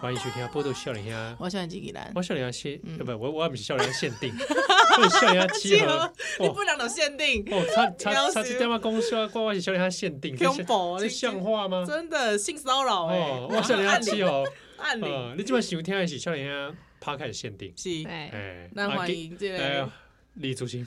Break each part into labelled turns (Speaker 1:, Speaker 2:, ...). Speaker 1: 欢迎收听《波多笑脸兄》，
Speaker 2: 我喜欢吉吉兰，
Speaker 1: 我笑脸限，
Speaker 2: 嗯
Speaker 1: 呃不，我我不是笑脸限定， 我是笑脸七
Speaker 2: 集
Speaker 1: 盒。
Speaker 2: 合你
Speaker 1: 哦
Speaker 2: 不能有限定，
Speaker 1: 哦，差差
Speaker 2: 要
Speaker 1: 差
Speaker 2: 死
Speaker 1: 这点嘛公司啊，怪我是笑脸他限定，这
Speaker 2: 恐怖
Speaker 1: 像这
Speaker 2: 你
Speaker 1: 像话吗？
Speaker 2: 真的性骚扰哎
Speaker 1: 哦，，我笑脸他七盒，
Speaker 2: 按理
Speaker 1: 呃，你这边想听的是笑脸他 p 开始限定，
Speaker 2: 是，
Speaker 3: 哎，
Speaker 1: 哎，
Speaker 2: 那
Speaker 1: 啊
Speaker 2: 欢
Speaker 1: 给
Speaker 2: 迎这
Speaker 1: 哎
Speaker 2: 个
Speaker 1: 呦，李竹 清，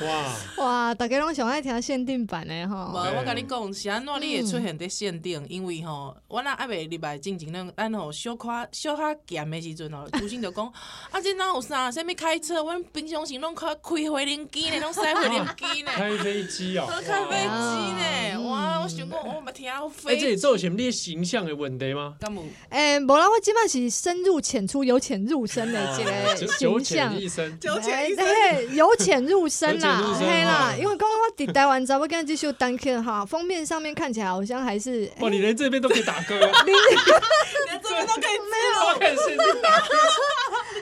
Speaker 1: 哇，
Speaker 3: 哇，大家拢想爱听限定版的
Speaker 2: 无，
Speaker 3: 吼，
Speaker 2: 我甲你讲，是安怎你会出现伫限定？因为吼，我那阿未入来进前，咱咱吼小可小可咸的时阵哦，主心就讲， 啊，这哪有啥？啥物开车？阮平常时拢开开回零机呢，拢驶回零 机呢，
Speaker 1: 开飞机哦，
Speaker 2: 开飞机呢。
Speaker 3: 嗯
Speaker 2: 哇，我想讲，哦我嘛听到
Speaker 1: 哎，这
Speaker 2: 飞
Speaker 1: 里做什么？你形象的问题吗？
Speaker 2: 敢有？
Speaker 3: 哎，无啦，我即摆是深入浅出，由浅入深的这
Speaker 1: 哦九
Speaker 3: 个
Speaker 1: 九
Speaker 3: 形象
Speaker 1: 浅。一深，
Speaker 2: 九
Speaker 3: 哎，嘿由浅入深
Speaker 1: 由浅
Speaker 3: 啦
Speaker 1: 入，深
Speaker 3: 嘿啦，
Speaker 1: 哦
Speaker 3: 因为刚刚我抵台湾，咱们跟继续单 K 哈，封面上面看起来好像还是哎
Speaker 1: 哇，你连这边都可以打歌 啊，
Speaker 2: 连这边都可以接
Speaker 1: 他开始限定打歌，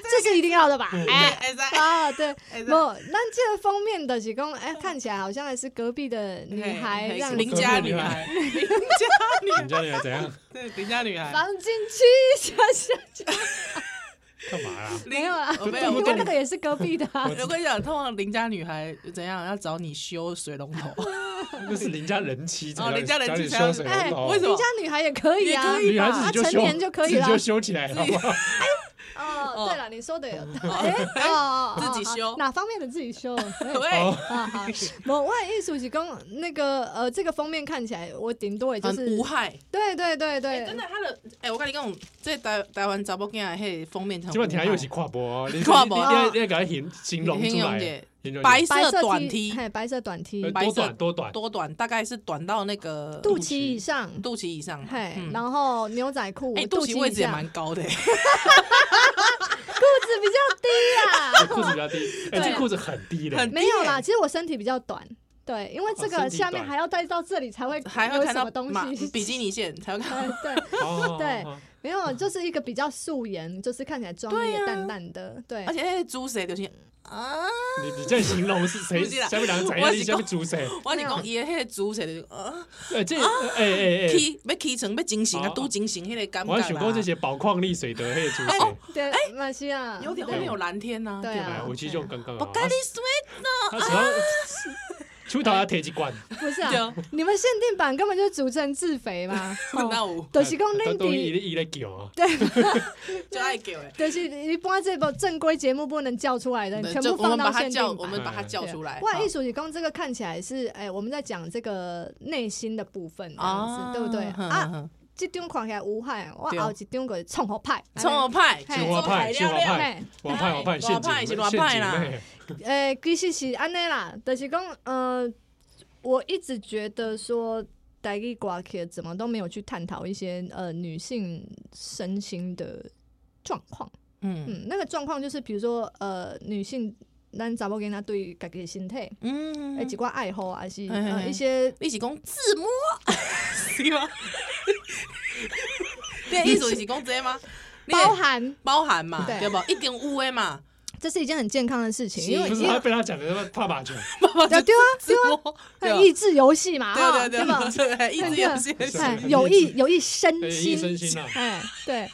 Speaker 3: 这是一定要的吧？
Speaker 2: 哎
Speaker 3: 哎，
Speaker 2: 哎在
Speaker 3: 啊，对，
Speaker 2: 哎
Speaker 3: 不，咱这个封面的是讲，哎，看起来好像还是隔壁的女孩
Speaker 2: 嘿
Speaker 3: 让
Speaker 2: 邻
Speaker 3: 你
Speaker 2: 家女孩，邻家女
Speaker 1: 你家里怎样？
Speaker 2: 对邻家女孩，
Speaker 3: 放进去，想想
Speaker 1: 干嘛 啦？
Speaker 3: 没有啊，
Speaker 2: 我没有，
Speaker 3: 因
Speaker 2: 我
Speaker 3: 为
Speaker 2: 跟你
Speaker 3: 那个也是隔壁的、啊。
Speaker 2: 我跟你讲，通常邻家女孩怎样要找你修水龙头，
Speaker 1: 那是人家人妻，
Speaker 2: 哦人家人妻才
Speaker 1: 修水
Speaker 3: 哎
Speaker 1: 龙头，
Speaker 2: 为什么
Speaker 3: 邻家女孩也可以啊，
Speaker 2: 也可以
Speaker 1: 女孩子
Speaker 3: 她
Speaker 1: 你就
Speaker 3: 成
Speaker 1: 修，
Speaker 3: 年就可以
Speaker 1: 自
Speaker 3: 了
Speaker 1: 己。就修起来，好 不好？
Speaker 3: 哦，对了，你说的有 道理。哎哦哦哦
Speaker 2: 自己修
Speaker 3: 好哪方面的自 己修？对
Speaker 2: 喂，
Speaker 1: 好
Speaker 3: 啊好，某外艺术是讲那个呃，这个封面看起来我顶多也就
Speaker 2: 很
Speaker 3: 是
Speaker 2: 无害。
Speaker 3: 对对对
Speaker 2: 哎，
Speaker 3: 对，
Speaker 2: 真的，他的哎，我跟你讲，这台台湾查某囝的迄封面很无害，
Speaker 1: 基本听又是跨博，哦 你
Speaker 2: 跨博嗯
Speaker 1: 你你你你给它形形容出
Speaker 2: 形容
Speaker 1: 来
Speaker 2: 一下，
Speaker 1: 形容
Speaker 2: 白
Speaker 1: 一下
Speaker 3: 白
Speaker 2: 色短 T，
Speaker 3: 嘿，白色短 T，
Speaker 1: 呃
Speaker 2: 白
Speaker 1: 多
Speaker 2: 色
Speaker 1: 短多短，
Speaker 2: 多短，大概是短到那个
Speaker 3: 肚脐以上，
Speaker 2: 肚脐以上，
Speaker 3: 嘿，
Speaker 2: 嗯
Speaker 3: 然后牛仔裤
Speaker 2: 哎，，
Speaker 3: 肚
Speaker 2: 肚脐位
Speaker 3: 脐以
Speaker 2: 置也
Speaker 3: 下，
Speaker 2: 蛮高的，
Speaker 3: 肚子比较低
Speaker 1: 哎裤子比较低，哎，
Speaker 3: 对
Speaker 1: 这裤子很低的，
Speaker 2: 很
Speaker 3: 啊，没有啦，其实我身体比较短。对，因为这
Speaker 1: 哦
Speaker 3: 个
Speaker 1: 身体
Speaker 3: 下面
Speaker 1: 短
Speaker 3: 还要带到这里才会
Speaker 2: 还
Speaker 3: 有
Speaker 2: 会看
Speaker 3: 什
Speaker 2: 到
Speaker 3: 么东
Speaker 2: 马
Speaker 3: 西，
Speaker 2: 比基尼线才会看到。
Speaker 3: 哎 对，
Speaker 1: 哦
Speaker 3: 对，
Speaker 1: 哦哦
Speaker 3: 没有，就是一个比较素颜，就是看起来妆
Speaker 2: 对
Speaker 3: 也
Speaker 2: 啊
Speaker 3: 淡淡的， 对，
Speaker 2: 而且那个猪谁就是啊，
Speaker 1: 你你这形容是谁？
Speaker 2: 不是啦
Speaker 1: 下面两个怎
Speaker 2: 我
Speaker 1: 样？
Speaker 2: 是
Speaker 1: 你下面主谁？
Speaker 2: 我跟你
Speaker 3: 啊
Speaker 2: 讲伊的迄个猪谁就是啊，
Speaker 1: 呃，这哎哎哎，
Speaker 2: 起要起床要惊醒啊，
Speaker 1: 哦
Speaker 2: 拄惊醒迄个感觉
Speaker 1: 我
Speaker 2: 啦。
Speaker 1: 要选过这些宝矿力水的那个主
Speaker 2: 哎
Speaker 1: 谁？
Speaker 3: 对，马西亚
Speaker 2: 有点后
Speaker 3: 对
Speaker 2: 面有蓝天呐、
Speaker 3: 对啊
Speaker 1: 哎，我去用刚刚
Speaker 2: 我
Speaker 1: 啊，
Speaker 2: 跟
Speaker 1: 他
Speaker 2: 你说，
Speaker 1: 他只要出头要铁几罐，
Speaker 3: 不是
Speaker 1: 哦
Speaker 3: 啊，你们限定版根本就是主持人自 肥嘛，哦
Speaker 2: 那有
Speaker 3: 都是讲
Speaker 1: 他都一
Speaker 3: Lindy，
Speaker 1: 一来叫啊，
Speaker 2: 就爱给哎，
Speaker 3: 就是一般这部正规节目不能叫出来的，你全
Speaker 2: 就
Speaker 3: 部
Speaker 2: 我
Speaker 3: 放
Speaker 2: 们把
Speaker 3: 到
Speaker 2: 它
Speaker 3: 限定
Speaker 2: 叫，
Speaker 3: 版。
Speaker 2: 我们把它叫出来。
Speaker 3: 外艺术理工这个看起来是，哎、我们在讲这个内心的部分，这样子，对不对？
Speaker 2: 哦
Speaker 3: 啊，，这张看起来无害，哦我
Speaker 2: 对
Speaker 3: 后一张个冲好派，啊
Speaker 2: 冲我派，
Speaker 3: 嘿
Speaker 1: 青蛙派，青蛙派。
Speaker 3: 嘿
Speaker 1: 我派我派
Speaker 2: 哎
Speaker 1: 陷
Speaker 2: 我派
Speaker 1: 阱，哎
Speaker 2: 是我派啦
Speaker 1: 陷阱妹
Speaker 3: 诶、其实是安尼啦，就是讲，呃，我一直觉得说，台语歌曲怎么都没有去探讨一些呃女性身心的状况。
Speaker 2: 嗯
Speaker 3: 嗯，那个状况就是，比如说，呃，女性咱查某囡仔对家己的身体，诶、
Speaker 2: 嗯，
Speaker 3: 一寡爱好啊，还是
Speaker 2: 嘿嘿
Speaker 3: 呃
Speaker 2: 嘿
Speaker 3: 一些
Speaker 2: 你是讲自摸， 是吗？ 你的意思是讲这吗？
Speaker 3: 包含，
Speaker 2: 包含嘛，对不？一定有的嘛，
Speaker 3: 这是一件很健康的事情，
Speaker 2: 是
Speaker 3: 因为
Speaker 1: 不是啊
Speaker 3: 因
Speaker 1: 他
Speaker 3: 为
Speaker 1: 被他讲的他妈怕 把球，
Speaker 3: 对对啊，啊
Speaker 2: 自摸，
Speaker 3: 那益智游戏嘛，
Speaker 2: 啊对啊
Speaker 3: 哈
Speaker 2: 对
Speaker 3: 吧？
Speaker 2: 对对，一直有些，
Speaker 3: 哎
Speaker 1: 很益
Speaker 3: 有益
Speaker 1: 智
Speaker 3: 有益身
Speaker 1: 哎一身
Speaker 3: 心，
Speaker 1: 心啊，
Speaker 3: 哎，对。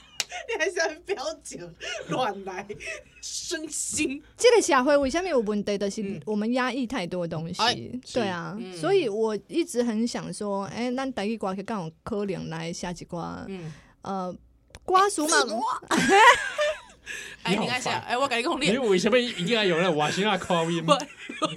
Speaker 2: 你还想表情乱来，身心。
Speaker 3: 这个社会为什么有问题？就是
Speaker 2: 嗯
Speaker 3: 我们压抑太多东西，
Speaker 2: 哎
Speaker 3: 对啊，
Speaker 2: 是嗯
Speaker 3: 所以我一直很想说，哎、咱台语歌曲敢有可能来下一歌，
Speaker 2: 嗯，
Speaker 3: 呃，歌词
Speaker 2: 自
Speaker 3: 嘛，
Speaker 2: 摸。哎，你看下，哎，我跟你讲，你
Speaker 1: 你为什么一定要有那瓦西纳口音？
Speaker 2: 不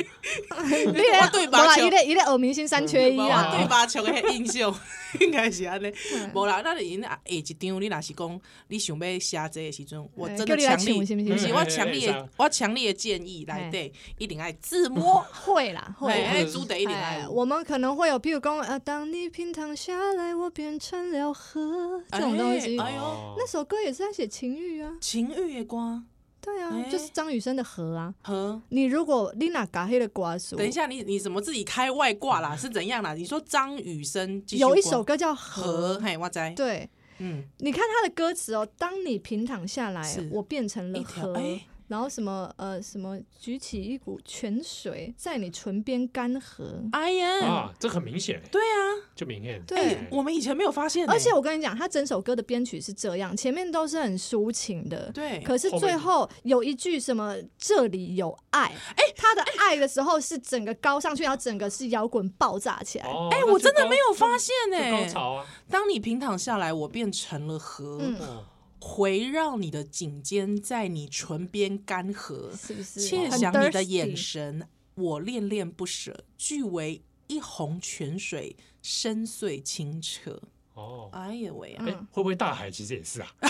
Speaker 3: 你
Speaker 2: 我对吧
Speaker 3: 啊啦，一个一个耳明星三缺一
Speaker 2: 无
Speaker 3: 啊
Speaker 2: 我，对巴球的印象 应该是安尼。
Speaker 3: 嗯
Speaker 2: 无啦，咱因啊下一张，你若是讲你想要写这个时阵，我
Speaker 3: 哎
Speaker 2: 真
Speaker 3: 叫
Speaker 2: 的
Speaker 3: 你来
Speaker 2: 强
Speaker 3: 唱是
Speaker 2: 烈，
Speaker 3: 不
Speaker 2: 不
Speaker 3: 是
Speaker 2: 是我强烈
Speaker 1: 哎哎哎
Speaker 2: 的，我强烈的建议来对，一定爱自摸，
Speaker 3: 会啦， 会
Speaker 2: 哎，
Speaker 3: 啦。
Speaker 2: 哎，主得一定爱
Speaker 3: 哎，
Speaker 2: 有。
Speaker 3: 我们可能会有，譬如讲，呃，当你平躺下来，我变成了河这种东西。
Speaker 2: 哎呦
Speaker 1: 哦
Speaker 3: 那首歌也是在写情欲啊，
Speaker 2: 情欲的歌
Speaker 3: 对啊，
Speaker 2: 哎
Speaker 3: 就是张雨生的《河》啊。
Speaker 2: 和
Speaker 3: 你如果你哪嘎黑的歌词，
Speaker 2: 等一下，你你怎么自己开外挂 啦？是怎样啦？你说张雨生继续
Speaker 3: 有一
Speaker 2: 播
Speaker 3: 首歌叫《
Speaker 2: 和
Speaker 3: 河》，
Speaker 2: 嘿，我在
Speaker 3: 对，
Speaker 2: 嗯
Speaker 3: 你看他的歌词哦，当你平躺下来
Speaker 2: 是，
Speaker 3: 我变成了
Speaker 2: 一条
Speaker 3: 河，
Speaker 2: 哎
Speaker 3: 然后什么呃什么举起一股泉水在你唇边干涸。
Speaker 2: 哎呀，
Speaker 1: 啊，这很明显，
Speaker 2: 对啊，
Speaker 1: 就明显。
Speaker 3: 对
Speaker 2: 哎，我们以前没有发现欸，
Speaker 3: 而且我跟你讲，他整首歌的编曲是这样，前面都是很抒情的，
Speaker 2: 对，
Speaker 3: 可是最后有一句什么“这里有爱”，哎、他的爱的时候是整个高上去，然后整个是摇滚爆炸起来。
Speaker 1: 哦，
Speaker 2: 哎，
Speaker 1: 那
Speaker 2: 我
Speaker 1: 就
Speaker 2: 真的
Speaker 1: 高
Speaker 2: 没有发现
Speaker 1: 就高
Speaker 2: 哎。
Speaker 1: 潮啊，
Speaker 2: 当你平躺下来，我变成了河，
Speaker 3: 嗯，
Speaker 1: 嗯，
Speaker 2: 回绕你的颈肩，在你唇边干涸。
Speaker 3: 是不是？
Speaker 2: 窃
Speaker 3: 很
Speaker 2: 想你的
Speaker 3: thirsty
Speaker 2: 眼神，我恋恋不舍，俱为一泓泉水，深邃清澈。
Speaker 1: 哦，
Speaker 2: 哎呀喂
Speaker 3: 嗯
Speaker 2: 啊！
Speaker 1: 哎，会不会大海其实也是啊？
Speaker 2: 哎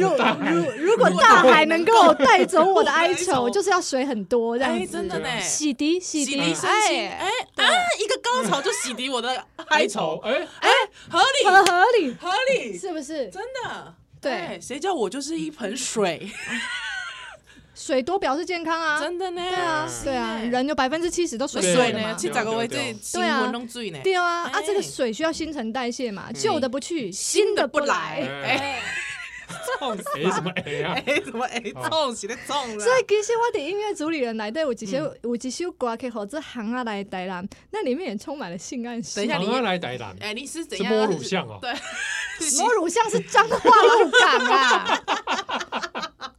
Speaker 3: 如
Speaker 2: 啊
Speaker 3: 如如果大海能够带走我的哀愁，就是要水很多这样子。
Speaker 2: 哎真的呢
Speaker 3: 洗涤洗
Speaker 2: 洗涤身
Speaker 3: 涤，
Speaker 2: 心，哎
Speaker 3: 哎，
Speaker 2: 啊！一个高潮就洗涤我的哀愁，
Speaker 1: 哎，
Speaker 2: 合理
Speaker 3: 很合理，
Speaker 2: 合理，
Speaker 3: 是不是？
Speaker 2: 真的。
Speaker 3: 对
Speaker 2: 哎谁叫我就是一盆水？
Speaker 3: 水多表示健康啊，
Speaker 2: 真的呢，
Speaker 3: 对啊，对啊，人有百分之七十都水
Speaker 1: 对
Speaker 2: 水
Speaker 3: 分
Speaker 2: 呢，
Speaker 3: 嘛
Speaker 1: 对
Speaker 2: 去找个位置
Speaker 1: 对啊，
Speaker 2: 新闻弄醉呢，
Speaker 3: 对啊，啊，
Speaker 2: 哎嗯
Speaker 3: 这个水需要新陈代谢嘛，旧的不去，新的不来。
Speaker 1: 哎， 哎什么哎啊？
Speaker 2: 哎，怎么哎，中是咧中了
Speaker 3: 所，以其实我的音乐组里人来对我几
Speaker 2: 嗯
Speaker 3: 首有几首歌可以和这行啊来带啦，那里面也充满了性暗示
Speaker 2: 等一。下
Speaker 1: 唐
Speaker 2: 你
Speaker 1: 安来台南，
Speaker 2: 哎，你是怎
Speaker 1: 是
Speaker 2: 样？哎
Speaker 1: 摸乳像哦，
Speaker 2: 对，
Speaker 3: 摸乳巷是彰化鹿港啊，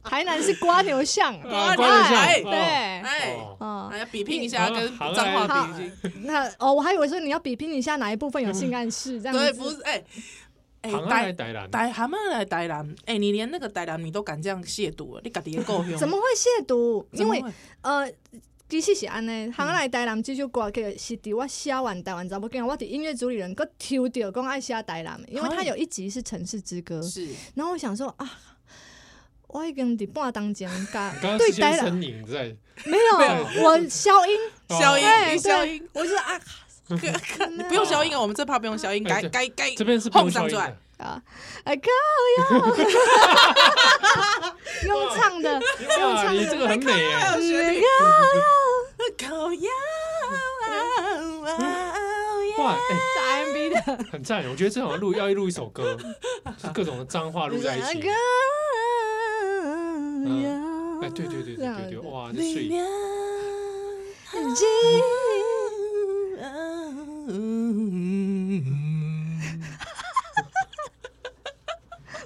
Speaker 3: 台南是瓜牛巷，
Speaker 1: 啊
Speaker 2: 瓜
Speaker 1: 关
Speaker 2: 牛
Speaker 1: 了
Speaker 2: 巷哎
Speaker 1: 一下，
Speaker 3: 对，
Speaker 2: 哎，
Speaker 1: 哦
Speaker 3: 啊
Speaker 2: 哎，要比拼一下
Speaker 1: 嗯
Speaker 2: 跟
Speaker 1: 好
Speaker 2: 脏话
Speaker 3: 好
Speaker 2: 比拼，
Speaker 3: 那哦，我还以为说你要比拼一下哪一部分有性暗示这样
Speaker 2: 对，
Speaker 3: 子，
Speaker 2: 不是哎，哎，
Speaker 1: 唐安
Speaker 2: 呆
Speaker 1: 来台南，
Speaker 2: 台蛤蟆来台南，哎，你连那个台南你都敢这样亵渎了，你家己也够凶，
Speaker 3: 怎么会亵渎？
Speaker 2: 怎
Speaker 3: 因
Speaker 2: 么
Speaker 3: 为
Speaker 2: 会？
Speaker 3: 呃，其实是安尼，行来台南这首歌曲是伫我写完台湾查某囝，我伫音乐组里人搁抽到讲爱写台南的，因为
Speaker 2: 嗨
Speaker 3: 它有一集是城市之歌，
Speaker 2: 是
Speaker 3: 然后我想说啊。我已经伫半当前甲
Speaker 1: 你刚刚
Speaker 3: 对
Speaker 1: 是
Speaker 3: 台
Speaker 1: 先
Speaker 3: 南
Speaker 1: 呻吟在，
Speaker 3: 没有，我消音，
Speaker 1: 哦
Speaker 2: 消音
Speaker 3: 对
Speaker 2: 消音
Speaker 3: 对，我就是 啊
Speaker 2: 你不用消音啊，我们这怕不用消音，
Speaker 1: 哎
Speaker 2: 该
Speaker 1: 对
Speaker 2: 该该，
Speaker 1: 这边是不
Speaker 2: 碰
Speaker 1: 用
Speaker 2: 上
Speaker 1: 消音
Speaker 2: 出来
Speaker 1: 的，，
Speaker 3: 啊，哎靠呀， 用唱的，用
Speaker 1: 哇，
Speaker 3: 唱
Speaker 1: 你这个
Speaker 3: 的，
Speaker 1: 很美哎，
Speaker 2: 学你烤鸭
Speaker 1: 哇，哎，
Speaker 3: 是 R&B 的。
Speaker 1: 很赞，我觉得这好像录要录一首歌，就是各种的脏话录在一起，
Speaker 3: 嗯
Speaker 1: 哎，对对对对对对，哇，这水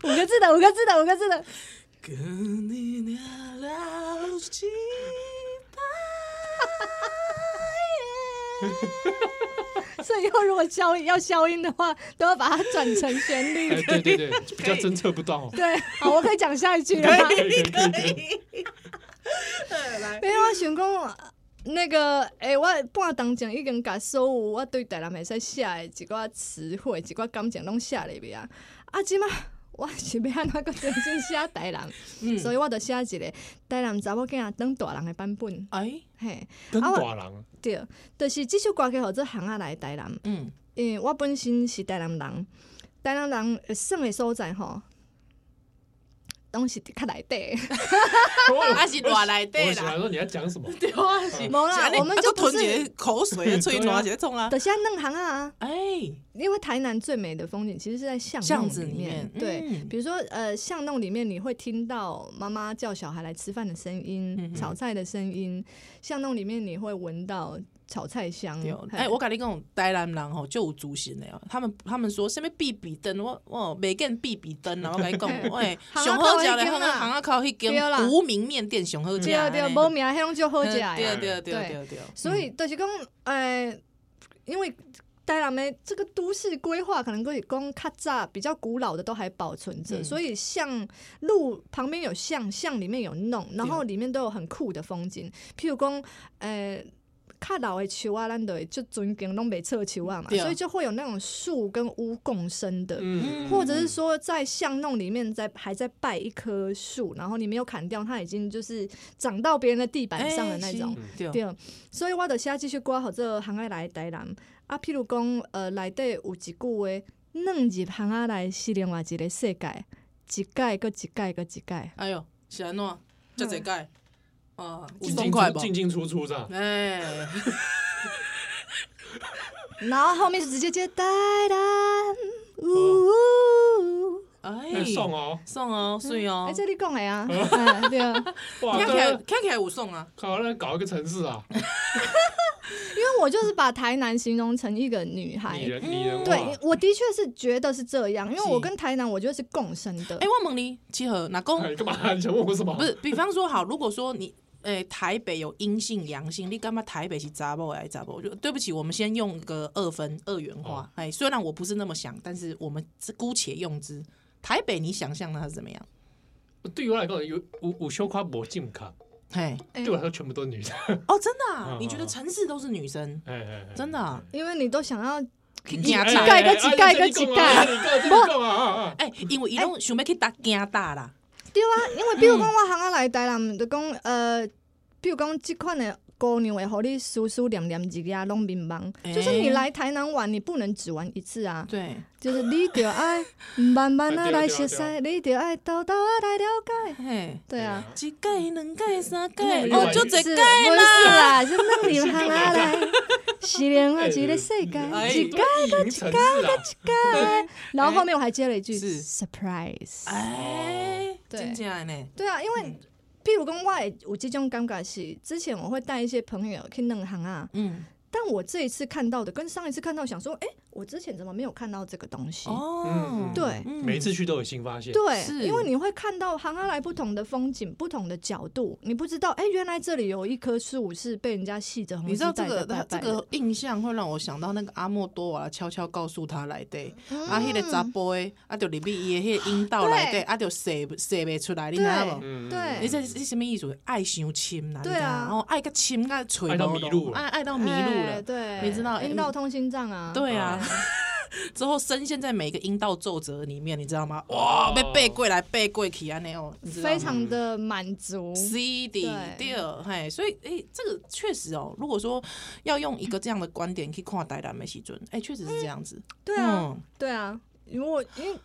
Speaker 3: 五个字的，五个字的，五个字的，
Speaker 2: 跟你聊聊几百
Speaker 3: 所以以后如果消音要消音的话，都要把它转成旋
Speaker 1: 哎，
Speaker 3: 律。
Speaker 1: 对对对，比较侦测不到哦，
Speaker 3: 对，好，我可以讲下一句了吗？
Speaker 1: 可以可以可以，
Speaker 3: 没有，我啊想讲呃那个，诶、我半当前已经甲所有我对台南会使写的一寡词汇、一寡感情拢写入去啊。啊，即马我是要安怎个重新写台南，
Speaker 1: 嗯
Speaker 3: 所以我就写一个台南查某囝当大人的版本。
Speaker 2: 哎，
Speaker 3: 嘿，
Speaker 1: 跟
Speaker 3: 啊我
Speaker 1: 大狼，
Speaker 3: 对，就是即首歌曲互做行啊来台南，
Speaker 2: 嗯，
Speaker 3: 因为我本身是台南人，台南人会算的所在吼，拢是较内底的。
Speaker 2: 还啊是热来
Speaker 1: 我
Speaker 2: 对
Speaker 1: 喜欢
Speaker 2: 啦，
Speaker 1: 说你要讲什么，
Speaker 2: 对啊是，
Speaker 3: 无啦，我们就不
Speaker 2: 吞
Speaker 3: 是，
Speaker 2: 些口水啊，吹暖些冲啊，
Speaker 3: 就是要弄行啊。
Speaker 2: 哎，
Speaker 3: 因为台南最美的风景其实是在巷
Speaker 2: 巷
Speaker 3: 弄
Speaker 2: 子
Speaker 3: 里
Speaker 2: 里面
Speaker 3: 对，
Speaker 2: 嗯
Speaker 3: 比如说呃，巷弄里面你会听到妈妈叫小孩来吃饭的声音、
Speaker 2: 嗯哼
Speaker 3: 炒菜的声音，巷弄里面你会闻到炒菜香
Speaker 2: 对，。
Speaker 3: 嗯嘿
Speaker 2: 哎、我跟你讲，台南人吼就有祖先的哦，他们他们说什么避避灯，我我没见避避灯啊啦，我跟你讲，喂，
Speaker 3: 巷
Speaker 2: 上
Speaker 3: 仔口
Speaker 2: 好食
Speaker 3: 啊那
Speaker 2: 的，
Speaker 3: 间
Speaker 2: 行
Speaker 3: 啦
Speaker 2: 啊靠迄
Speaker 3: 对啦
Speaker 2: 间无名面店上好食，
Speaker 3: 对啊对啊，无名黑龙就好
Speaker 2: 好
Speaker 3: 食啊呀。
Speaker 2: 对啊对对
Speaker 3: 对
Speaker 2: 对嗯对，
Speaker 3: 所以就是讲，呃，因为台南的这个都市规划可能可以讲较早比较古老的都还保存着，
Speaker 2: 嗯
Speaker 3: 所以像路旁边有巷，巷里面有弄，然后里面都有很酷的风景，譬如讲，呃。较老的树啊，咱就会就尊敬拢袂撤树啊嘛，
Speaker 2: 对啊
Speaker 3: 所以就会有那种树跟屋共生的，
Speaker 1: 嗯，
Speaker 3: 或者是说在巷弄里面在还在拜一棵树，然后你没有砍掉，它已经就是长到别人的地板上的那种。
Speaker 2: 哎是对
Speaker 3: 对，所以我就写即首歌，互做行仔来台南。啊，譬如讲，呃，内底有一句话，弄入行仔来是另外一个世界，一届搁一届搁一届。
Speaker 2: 哎呦，是安怎？这一届，
Speaker 3: 嗯
Speaker 2: 啊，有
Speaker 1: 进
Speaker 2: 爽
Speaker 1: 进
Speaker 2: 快
Speaker 1: 出嗯
Speaker 2: 不？
Speaker 1: 进进出出这样，
Speaker 2: 哎，
Speaker 3: 然后后面就直接接台南，呜、
Speaker 1: 哦
Speaker 3: 呜
Speaker 2: 哎
Speaker 1: 那，送哦，
Speaker 2: 送哦，水哦
Speaker 3: 哎，，这你讲的啊，哎对啊，
Speaker 1: 哇，
Speaker 2: 看起来
Speaker 1: 这
Speaker 2: 看起来有送啊，
Speaker 1: 搞那搞一个城市啊，
Speaker 3: 因为我就是把台南形容成一个女孩
Speaker 1: 拟。人拟人
Speaker 3: 对
Speaker 1: 化，，
Speaker 3: 我的确是觉得是这样，因为
Speaker 2: 是
Speaker 3: 我跟台南，我觉得是共生的
Speaker 2: 哎，。我问你，七和哪公
Speaker 1: 哎，干嘛？ 你想问我什么？
Speaker 2: 不是？比方说好，如果说你。哎、台北有阴性、阳性，你干嘛台北是杂报还是杂报？就对不起，我们先用个二分二元化
Speaker 1: 哦。
Speaker 2: 哎、虽然我不是那么想，但是我们只姑且用之。台北，你想象它是怎么样？
Speaker 1: 对我来讲，有有有小夸无进卡，
Speaker 2: 嘿，
Speaker 3: 哎
Speaker 1: 对我来说全部都是女的。
Speaker 2: 哦，真的、啊
Speaker 1: 嗯嗯
Speaker 2: 你觉得
Speaker 1: 嗯
Speaker 2: 城市都是女生？
Speaker 1: 哎哎哎
Speaker 2: 真的啊
Speaker 3: 因为你都啊想要
Speaker 2: 去
Speaker 1: 哎
Speaker 2: 嗯惊
Speaker 1: 哎
Speaker 2: 炸
Speaker 1: 哎
Speaker 3: 盖个乞丐
Speaker 1: 哎
Speaker 3: 个乞丐
Speaker 1: 你讲啊你讲啊啊啊！
Speaker 2: 哎、因为伊拢想要去打惊大啦，
Speaker 3: 对啊，因为比如讲我行啊来台南，就讲呃，比如讲即款的姑娘会互你思思念念一啊拢迷茫，
Speaker 2: 哎
Speaker 3: 就是你来台南玩，你不能只玩一次啊，
Speaker 2: 对，
Speaker 3: 就是你就爱慢慢啊
Speaker 1: 哎对啊
Speaker 3: 来
Speaker 1: 对啊
Speaker 3: 熟悉
Speaker 1: 对啊，
Speaker 3: 你就爱偷偷啊来了解，
Speaker 2: 嘿，
Speaker 3: 对啊。
Speaker 2: 一届、两届、三届，
Speaker 1: 嗯
Speaker 2: 哦，就这届
Speaker 3: 是不
Speaker 2: 啦，
Speaker 3: 是啦，是咱流行啊来，是另外一个世
Speaker 2: 哎
Speaker 3: 界，一个
Speaker 1: 个一城市啊，
Speaker 3: 界。然后后面我还接了一句
Speaker 2: 是
Speaker 3: surprise。
Speaker 2: 哎、
Speaker 3: 对
Speaker 2: 真正的呢，
Speaker 3: 对啊，因为
Speaker 2: 嗯
Speaker 3: 譬如讲，我会有这种感觉是，之前我会带一些朋友去弄行啊，
Speaker 2: 嗯，
Speaker 3: 但我这一次看到的跟上一次看到，想说，哎，我之前怎么没有看到这个东西？
Speaker 2: 哦，
Speaker 3: 对
Speaker 2: 嗯
Speaker 1: 每一次去都有新发现。
Speaker 3: 对，
Speaker 2: 是
Speaker 3: 因为你会看到行阿啊来不同的风景、不同的角度，你不知道，哎，原来这里有一棵树是被人家系着红
Speaker 2: 你知道
Speaker 3: 丝
Speaker 2: 这
Speaker 3: 带
Speaker 2: 个
Speaker 3: 的
Speaker 2: 他
Speaker 3: 拜
Speaker 2: 这
Speaker 3: 拜的。
Speaker 2: 个印象会让我想到那个阿莫多瓦悄悄告诉他来的，
Speaker 3: 嗯
Speaker 2: 啊，迄个查甫的，啊，就入去伊的迄个阴道内
Speaker 3: 对
Speaker 2: 底，啊，就射射袂出来，你知道无？
Speaker 1: 嗯，
Speaker 3: 对
Speaker 2: 你这是什么意思？爱伤深啦，你知
Speaker 3: 对
Speaker 2: 道
Speaker 3: 啊
Speaker 2: 吗哦，爱个深个垂
Speaker 1: 爱到迷路了
Speaker 2: 啊爱爱到迷路
Speaker 3: 哎
Speaker 2: 了。
Speaker 3: 对，
Speaker 2: 你知道
Speaker 3: 阴道通心脏啊，
Speaker 2: 对啊，之后深陷在每个阴道皱褶里面，你知道吗？
Speaker 1: 哦
Speaker 2: 哇，被背过来背过去啊，那哦，你知道吗
Speaker 3: 非常的满足。
Speaker 2: C D
Speaker 3: 对
Speaker 2: 第二，嘿，所以诶、这个确实哦，如果说要用一个这样的观点去看待蓝莓西尊，诶、确实是这样子。
Speaker 3: 对啊，
Speaker 2: 嗯，
Speaker 3: 对啊，因为我因为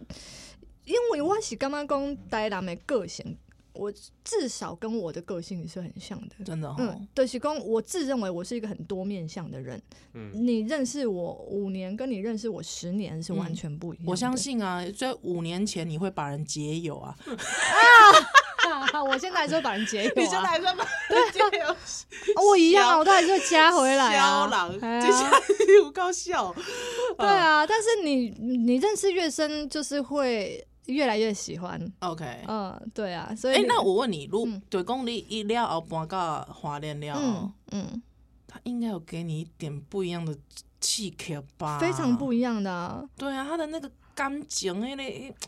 Speaker 3: 因为我是刚刚讲台南的个性，我至少跟我的个性是很像的。
Speaker 2: 真的哦，
Speaker 3: 嗯，对，是公，我自认为我是一个很多面向的人。
Speaker 1: 嗯，
Speaker 3: 你认识我五年，跟你认识我十年是完全不一样的、
Speaker 2: 我相信啊，在五年前你会把人结友啊，
Speaker 3: 啊，我现在还是会把人结
Speaker 2: 你
Speaker 3: 友
Speaker 2: 现在
Speaker 3: 啊，
Speaker 2: 还在把人结 友，
Speaker 3: 啊我一样啊，我都还是会加回来
Speaker 2: 肖
Speaker 3: 啊。
Speaker 2: 郎，
Speaker 3: 哎
Speaker 2: 这
Speaker 3: 呀
Speaker 2: 下子有搞笑，
Speaker 3: 对啊，但是你你认识越深，就是会越来越喜欢。
Speaker 2: ，OK，
Speaker 3: 嗯，对啊，所以
Speaker 2: 诶、
Speaker 3: 你
Speaker 2: 哎那我问你，如
Speaker 3: 嗯
Speaker 2: 对公你一料后搬到华联了，哦
Speaker 3: 嗯嗯，
Speaker 2: 他应该有给你一点不一样的气壳吧？
Speaker 3: 非常不一样的啊。
Speaker 2: 对啊，他的那个感情，那个、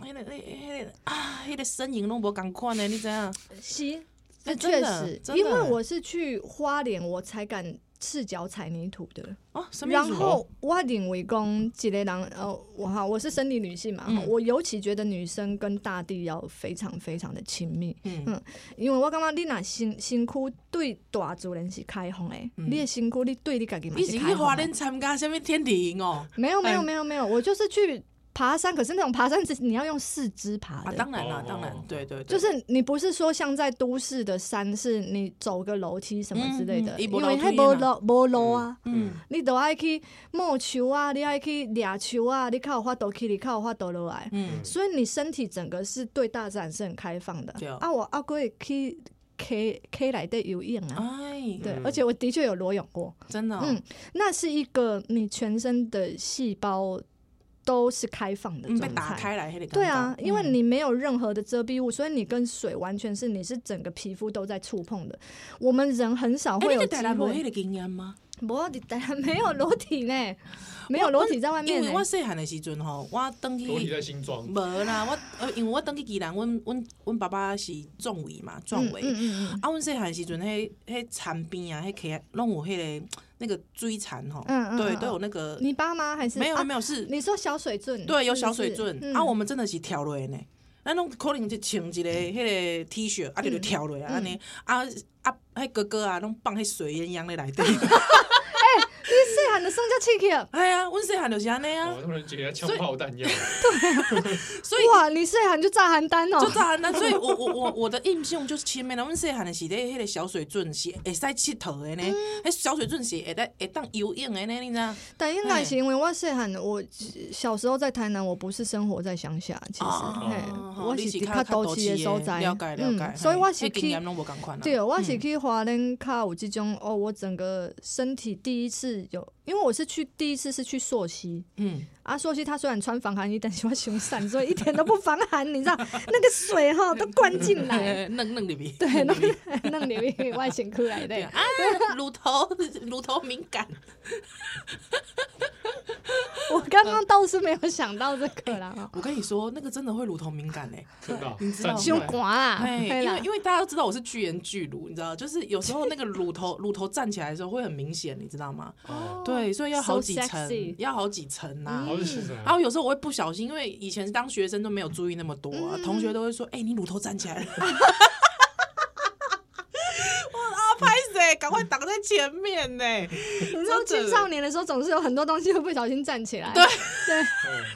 Speaker 2: 那个、那个啊，那个身影拢无共款的，你知影？
Speaker 3: 是，
Speaker 2: 哎
Speaker 3: 那
Speaker 2: 真
Speaker 3: 确
Speaker 2: 的
Speaker 3: 实，
Speaker 2: 真
Speaker 3: 因
Speaker 2: 的
Speaker 3: 为
Speaker 2: 哎
Speaker 3: 我是去花莲，我才敢赤脚踩泥土的。
Speaker 2: 哦，什么意
Speaker 3: 然
Speaker 2: 思？
Speaker 3: 后我认为讲一个人，呃，我哈，我是生理女性嘛，
Speaker 2: 嗯
Speaker 3: 我尤其觉得女生跟大地要非常非常的亲密，
Speaker 2: 嗯，
Speaker 3: 因为我感觉你若身身躯对大自然是开放的，
Speaker 2: 嗯
Speaker 3: 你的身躯你对你家己嘛
Speaker 2: 你是
Speaker 3: 是
Speaker 2: 去
Speaker 3: 开
Speaker 2: 花
Speaker 3: 放的
Speaker 2: 莲。参加什么天体营哦？
Speaker 3: 没有没有
Speaker 2: 嗯
Speaker 3: 没有没有，我就是去爬山，可是那种爬山是你要用四肢爬
Speaker 2: 啊，
Speaker 3: 的。
Speaker 2: 当然啦，
Speaker 1: 哦
Speaker 2: 当然，对对
Speaker 3: 就
Speaker 2: 对，
Speaker 3: 是你不是说像在都市的山，是你走个楼梯什么之类的，
Speaker 2: 嗯嗯
Speaker 3: 因
Speaker 2: 它没
Speaker 3: 为
Speaker 2: 楼
Speaker 3: 它
Speaker 2: 梯
Speaker 3: 无
Speaker 2: 嘛
Speaker 3: 路无路啊，
Speaker 2: 嗯，
Speaker 3: 你都爱去摸球啊，你爱去掠球啊，你靠有法度去，你靠有法度落来，
Speaker 2: 嗯
Speaker 3: 所以你身体整个是对大自然是很开放的
Speaker 2: 对。哦
Speaker 3: 啊，我阿贵去 K K 来的游泳啊，
Speaker 2: 哎，
Speaker 3: 对，
Speaker 1: 嗯
Speaker 3: 而且我的确有裸泳过，
Speaker 2: 真的哦，
Speaker 3: 嗯，那是一个你全身的细胞都是开放的
Speaker 2: 嗯，被
Speaker 3: 状态，
Speaker 2: 打开来，迄个感觉
Speaker 3: 对啊，因为
Speaker 2: 嗯
Speaker 3: 你没有任何的遮蔽物，所以你跟水完全是你是整个皮肤都在触碰的。我们人很少
Speaker 2: 哎，你
Speaker 3: 会有
Speaker 2: 去
Speaker 3: 机
Speaker 2: 台南无迄
Speaker 3: 会，
Speaker 2: 个经验吗？
Speaker 3: 不，你当然没有裸体呢，没有裸体在外
Speaker 2: 因
Speaker 3: 面
Speaker 2: 为我
Speaker 3: 呢。
Speaker 2: 细汉的时阵吼，我登
Speaker 3: 嗯
Speaker 1: 裸体
Speaker 2: 去。
Speaker 1: 在新庄，
Speaker 2: 无啦，我呃，因为我登去宜兰，阮阮阮爸爸是壮伟嘛，壮
Speaker 3: 嗯
Speaker 2: 伟，
Speaker 3: 嗯嗯
Speaker 2: 啊，阮细汉时阵，迄迄田边啊，迄溪拢有迄、个那个水田吼，
Speaker 3: 嗯嗯，
Speaker 2: 对，
Speaker 3: 嗯
Speaker 2: 都有那个
Speaker 3: 嗯你爸妈还是
Speaker 2: 没有
Speaker 3: 啊
Speaker 2: 没有是，
Speaker 3: 你说小水圳，
Speaker 2: 对，有
Speaker 3: 是
Speaker 2: 小
Speaker 3: 不
Speaker 2: 水
Speaker 3: 是
Speaker 2: 圳
Speaker 3: 嗯
Speaker 2: 啊，我们真的是跳落呢。咱拢可能就穿一个迄个 T 恤，啊，就
Speaker 3: 嗯
Speaker 2: 就跳落来安 尼，啊啊，迄哥哥啊，拢放迄水鸳鸯咧内底，
Speaker 3: 细汉的送叫 c h i c
Speaker 2: 哎呀，阮细汉就是安尼
Speaker 3: 嗯
Speaker 2: 啊
Speaker 1: 我，哦他们觉得枪炮弹药，
Speaker 2: 所以
Speaker 3: 哇，你是喊就炸邯郸
Speaker 2: 就
Speaker 3: 哦，
Speaker 2: 炸邯郸，所以我我我我的印象就是深的啦。阮细汉的时咧，迄个小水准是会使佚佗的呢，
Speaker 3: 嗯
Speaker 2: 迄小水准是会当会当游泳的呢，你知道？
Speaker 3: 但应该是因为我是喊我小时候在台南，我不是生活在乡下，其实
Speaker 2: 哦
Speaker 3: 嘿
Speaker 2: 哦，哦
Speaker 3: 我
Speaker 2: 你
Speaker 3: 是
Speaker 2: 是
Speaker 3: 伫
Speaker 2: 较
Speaker 3: 较都
Speaker 2: 都
Speaker 3: 市
Speaker 2: 市的
Speaker 3: 的所在，
Speaker 2: 了解了
Speaker 3: 嗯
Speaker 2: 解，
Speaker 3: 所以我是
Speaker 2: 嘿那经
Speaker 3: 去
Speaker 2: 验拢无共款啊。
Speaker 3: 对，我是
Speaker 2: 嗯
Speaker 3: 去华人卡有这种哦，我整个身体第一次有，因为我是去第一次是去溯溪
Speaker 2: 嗯，
Speaker 3: 啊，溯溪它虽然穿防寒衣，但是我熊伞，所以一点都不防寒，你知道 那个水哈都灌进来，
Speaker 2: 嘿弄弄入去，
Speaker 3: 对，
Speaker 2: 弄
Speaker 3: 那
Speaker 2: 入去
Speaker 3: 那里面外显出来
Speaker 2: 对
Speaker 3: 的
Speaker 2: 啊，，啊 乳头乳头敏 感，
Speaker 3: 我刚刚倒是没有想到这个啦，哦
Speaker 2: 我跟你说，那个真的会乳头敏感哎。
Speaker 1: 真 的哦
Speaker 2: 你知道
Speaker 1: 站起
Speaker 3: 胸
Speaker 1: 来
Speaker 3: 寒啦，
Speaker 2: 哎，
Speaker 3: 嘿
Speaker 2: 因为
Speaker 3: 啊啦
Speaker 2: 因为大家都知道我是巨人巨乳，你知道，就是有时候那个乳头乳头站起来的时候会很明显，你知道吗？
Speaker 1: 哦，
Speaker 2: 对，所以要
Speaker 3: So
Speaker 2: 好几层
Speaker 3: sexy，
Speaker 2: 要好几层啊呐、
Speaker 1: 好是什
Speaker 3: 哦
Speaker 2: 然后有时候我会不小心，因为以前当学生都没有注意那么多
Speaker 3: 嗯
Speaker 2: 啊，同学都会说：“哎、你乳头站起来 了。”我啊，拍谁？赶快挡在前面呢、
Speaker 3: 你说
Speaker 2: 真
Speaker 3: 青
Speaker 2: 的
Speaker 3: 少年的时候，总是有很多东西会不小心站起来，对
Speaker 1: 嗯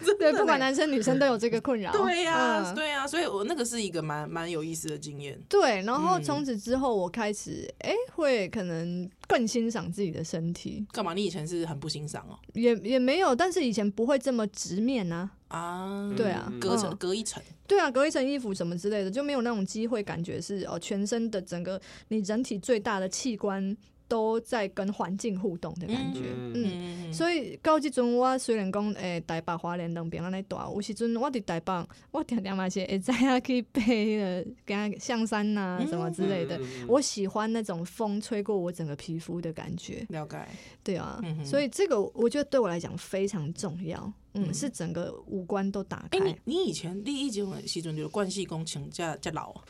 Speaker 3: 对对，不管男生女生都有这个困扰，
Speaker 2: 对呀、
Speaker 3: 嗯
Speaker 2: 对呀、所以我那个是一个蛮蛮有意思的经验。
Speaker 3: 对，然后
Speaker 2: 嗯
Speaker 3: 从此之后，我开始哎、诶会可能更欣赏自己的身体，
Speaker 2: 干嘛？你以前是很不欣赏哦？
Speaker 3: 也也没有，但是以前不会这么直面啊。
Speaker 2: 啊，
Speaker 3: 对啊
Speaker 1: 嗯
Speaker 2: 隔层、
Speaker 3: 嗯
Speaker 2: 隔一层，
Speaker 3: 对啊，隔一层衣服什么之类的，就没有那种机会感觉是哦，全身的整个你人体最大的器官都在跟环境互动的感觉。
Speaker 1: 嗯
Speaker 3: 嗯
Speaker 2: 嗯，
Speaker 3: 所以到即阵，我虽然讲诶、台北、花莲两边啊安尼住，有时阵我伫台北，我常常嘛是会知影去爬迄、那个 象山呐、啊、什么之类
Speaker 1: 嗯
Speaker 3: 的。，我喜欢那种风吹过我整个皮肤的感觉，
Speaker 2: 了解。
Speaker 3: 对啊，
Speaker 2: 嗯哼
Speaker 3: 所以这个我觉得对我来讲非常重要，嗯，
Speaker 2: 嗯
Speaker 3: 是整个五官都打开
Speaker 2: 哎、。你你以前第一结婚的时阵就是冠系工请假假老啊，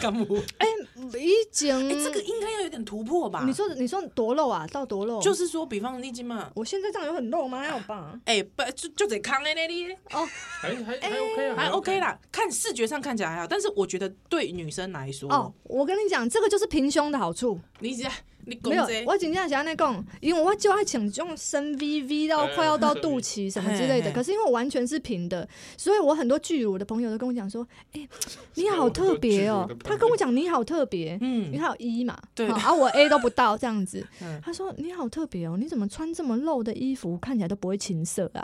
Speaker 2: 干母，
Speaker 3: 以前、
Speaker 2: 哎、这个应该要有点突破吧？
Speaker 3: 嗯你说你说多肉啊，到多肉，
Speaker 2: 就是说，比方你今嘛，
Speaker 3: 我现在这样有很肉吗？还有吧？
Speaker 2: 哎、不就就得康哎那里
Speaker 3: 哎
Speaker 1: 还还还 OK 啊，
Speaker 2: 还
Speaker 3: 嗯
Speaker 2: OK 啦，看视觉上看起来还好，但是我觉得对女生来说，
Speaker 3: 哦，我跟你讲，这个就是平胸的好处。
Speaker 2: 你这你
Speaker 3: 没有
Speaker 2: 讲这，
Speaker 3: 我真正是安尼讲，因为我就爱请这种深 V V 到
Speaker 1: 哎
Speaker 3: 快要 到
Speaker 1: 深 V
Speaker 3: 肚脐什么之类
Speaker 2: 嘿
Speaker 3: 的。
Speaker 2: 嘿
Speaker 3: 可是因为我完全是平的，所以我很多巨乳的朋友都跟我讲说：“ 哎、你好特别哦
Speaker 1: 我很多巨乳的！”朋友
Speaker 3: 他跟我讲你好特别，因为
Speaker 2: 嗯，
Speaker 3: 他有一嘛，
Speaker 2: 对
Speaker 3: 好啊，我 A 都不到这样子
Speaker 2: 嗯。
Speaker 3: 他说：“你好特别哦，你怎么穿这么露的衣服，看起来都不会情色啊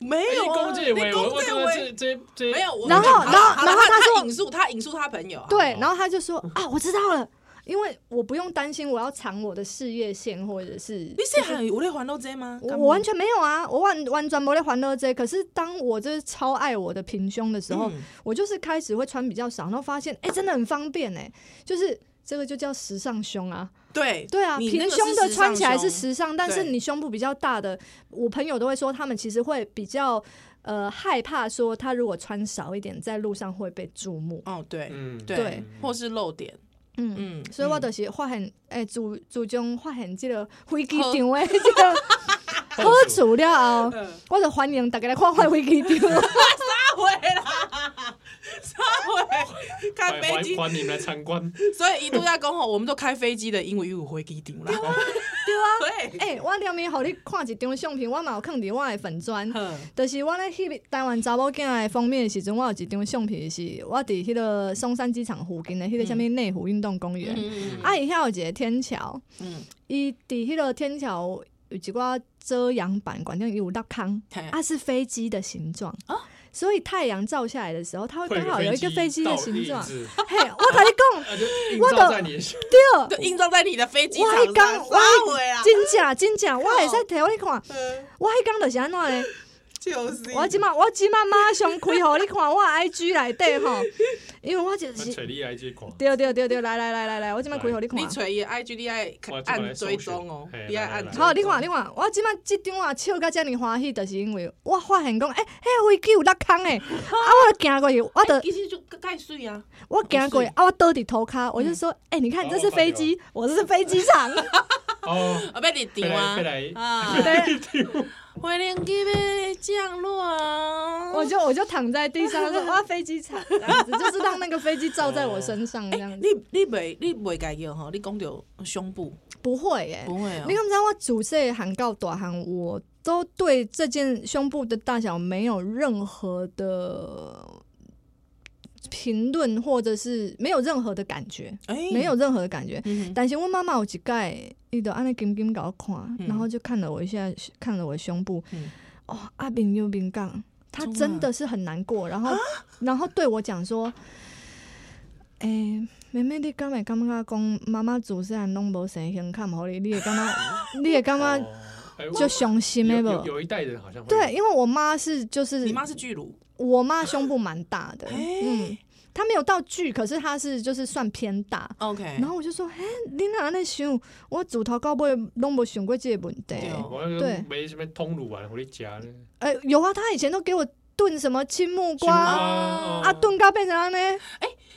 Speaker 2: 没
Speaker 1: 哎。
Speaker 2: 有
Speaker 1: 你
Speaker 2: 啊，
Speaker 1: 攻这位，
Speaker 2: 你
Speaker 1: 我
Speaker 2: 讲
Speaker 1: 我
Speaker 2: 这
Speaker 1: 刚刚这
Speaker 2: 位
Speaker 1: 这这
Speaker 2: 没有，我
Speaker 3: 然后
Speaker 2: 好啦
Speaker 3: 然后
Speaker 2: 好啦
Speaker 3: 然后
Speaker 2: 他
Speaker 3: 他说
Speaker 2: 引述他引述他朋友啊？”，
Speaker 3: 对，然后他就说：“啊，我知道了，因为我不用担心我要藏我的事业线或者是
Speaker 2: 你是还有咧环到这吗？
Speaker 3: 我我完全没有啊，我完完全没在还乐这。可是当我就是超爱我的平胸的时候，
Speaker 2: 嗯
Speaker 3: 我就是开始会穿比较少，然后发现哎、诶真的很方便哎、就是这个就叫时尚胸啊。
Speaker 2: 对
Speaker 3: 对啊，
Speaker 2: 你那
Speaker 3: 平
Speaker 2: 个是
Speaker 3: 胸的
Speaker 2: 时尚
Speaker 3: 穿起来
Speaker 2: 胸
Speaker 3: 是时尚，但是
Speaker 2: 对
Speaker 3: 你胸部比较大的，我朋友都会说他们其实会比较呃害怕说他如果穿少一点，在路上会被注目。
Speaker 2: 哦对
Speaker 1: 嗯
Speaker 2: 对
Speaker 3: 对，
Speaker 2: 或是漏点，
Speaker 3: 嗯。
Speaker 2: 嗯，
Speaker 3: 所以
Speaker 2: 嗯
Speaker 3: 我就是发现，哎诶、自自从发现这个飞机
Speaker 2: 好
Speaker 3: 场的这个
Speaker 1: 啊
Speaker 3: 好处了后，
Speaker 2: 嗯
Speaker 3: 我就欢迎大家来看看飞机场。
Speaker 2: 回啦，撒回开
Speaker 1: 欢
Speaker 2: 飞机
Speaker 1: 欢，欢迎来参观，
Speaker 2: 所以一度要讲吼，我们都开飞机的，因为有飞机顶啦，
Speaker 3: 啊
Speaker 2: 对啊，对，
Speaker 3: 诶、我顶面互你看一张相片，我嘛有放伫我的粉砖。
Speaker 2: 哼
Speaker 3: 就是我咧翕台湾查某囝的封面的时阵，我有一张相片是，我伫迄个松山机场附近的迄个啥物内湖运动公园，
Speaker 2: 嗯
Speaker 3: 啊，伊遐有一个天桥，
Speaker 2: 嗯，
Speaker 3: 伊伫迄个天桥有一寡遮阳板，反正伊有落空，啊
Speaker 2: 嘿哦
Speaker 3: 它是飞机的形状所以太阳照下来的时候，它会刚好
Speaker 1: 会
Speaker 3: 有一个飞机的
Speaker 1: 倒
Speaker 3: 形
Speaker 1: 立
Speaker 2: 哦
Speaker 3: 状。
Speaker 1: 姿
Speaker 3: 嘿，我跟你
Speaker 1: 啊就映
Speaker 3: 我
Speaker 1: 照
Speaker 3: 的
Speaker 1: 在你的
Speaker 3: 讲，
Speaker 2: 就
Speaker 3: 对，
Speaker 2: 映照在你的飞机场
Speaker 3: 我还刚
Speaker 2: 上，撒回啦，
Speaker 3: 真假真假，我会使摕互你看，
Speaker 2: 嗯
Speaker 3: 我迄工就是安怎咧？
Speaker 2: 就是
Speaker 3: 我即马我即马马上开互你看我的 IG 内底吼，因为我就
Speaker 1: 那
Speaker 3: 是
Speaker 1: 垂立来接啊管。
Speaker 3: 对对对对，来来来来来，我即马开互你看
Speaker 2: 你。锤也 IG 你爱
Speaker 1: 我这边来
Speaker 2: 按
Speaker 1: 搜
Speaker 2: 追
Speaker 1: 寻
Speaker 2: 踪哦
Speaker 1: 嘿，
Speaker 2: 你爱
Speaker 1: 来来
Speaker 2: 按
Speaker 1: 来
Speaker 2: 追踪，
Speaker 3: 好，你看，你看，我即马即张啊笑甲遮尔欢喜，就是因为我发现讲，诶、迄飞机有落空诶，啊，我就行过去，我就
Speaker 2: 其实就盖水啊，
Speaker 3: 我行过去，啊，我倒伫涂骹，哦我就说，诶、你看这是飞机， 我这是飞机场。
Speaker 1: 哦，
Speaker 2: 啊，被你
Speaker 1: 被
Speaker 2: 丢
Speaker 1: 来
Speaker 2: 啊
Speaker 1: 被，来，
Speaker 2: 啊，
Speaker 3: 对，
Speaker 2: 回连机 被降落啊！
Speaker 3: 我就我就躺在地上说哇飞机场这样子，就是让那个飞机照在我身 上这样子。
Speaker 2: 哎你你袂你袂家己吼，你讲着胸部
Speaker 3: 不会耶、
Speaker 2: 不会哦
Speaker 3: 你，敢知道我自细喊到大汉，我都对这件胸部的大小没有任何的评论，或者是没有任何的感觉，
Speaker 2: 哎、
Speaker 3: 没有任何的感觉。
Speaker 2: 嗯哼，
Speaker 3: 但是我妈妈有一届，伊就安尼紧紧给我看，
Speaker 2: 嗯
Speaker 3: 然后就看了我一下，看了我的胸部，
Speaker 2: 嗯
Speaker 3: 哦，阿炳又炳杠，他
Speaker 2: 中啊
Speaker 3: 真的是很难过，然后然后对我讲说，诶、妹妹，你敢会感觉讲妈妈自细汉拢无生性看好你，你会感觉你会感觉
Speaker 1: 哦
Speaker 3: 就伤心的
Speaker 1: 有有
Speaker 3: 无？
Speaker 1: 有一代人好像会
Speaker 3: 对，，因为我妈是就是
Speaker 2: 你妈是巨乳，
Speaker 3: 我妈胸部蛮大 的，
Speaker 2: 哎、
Speaker 3: 嗯，她没有到巨，可是她是就是算偏大，
Speaker 2: o k
Speaker 3: 然后我就说，嘿，你哪安尼想？我自头到尾拢无想过这个问题。
Speaker 2: 对哦
Speaker 1: 我那
Speaker 3: 对
Speaker 1: 个没什么通乳丸回去夹呢，
Speaker 3: 呃，有啊，他以前都给我炖什么青木
Speaker 1: 青蛙
Speaker 3: 瓜
Speaker 1: 哦
Speaker 3: 啊，炖到变成安尼。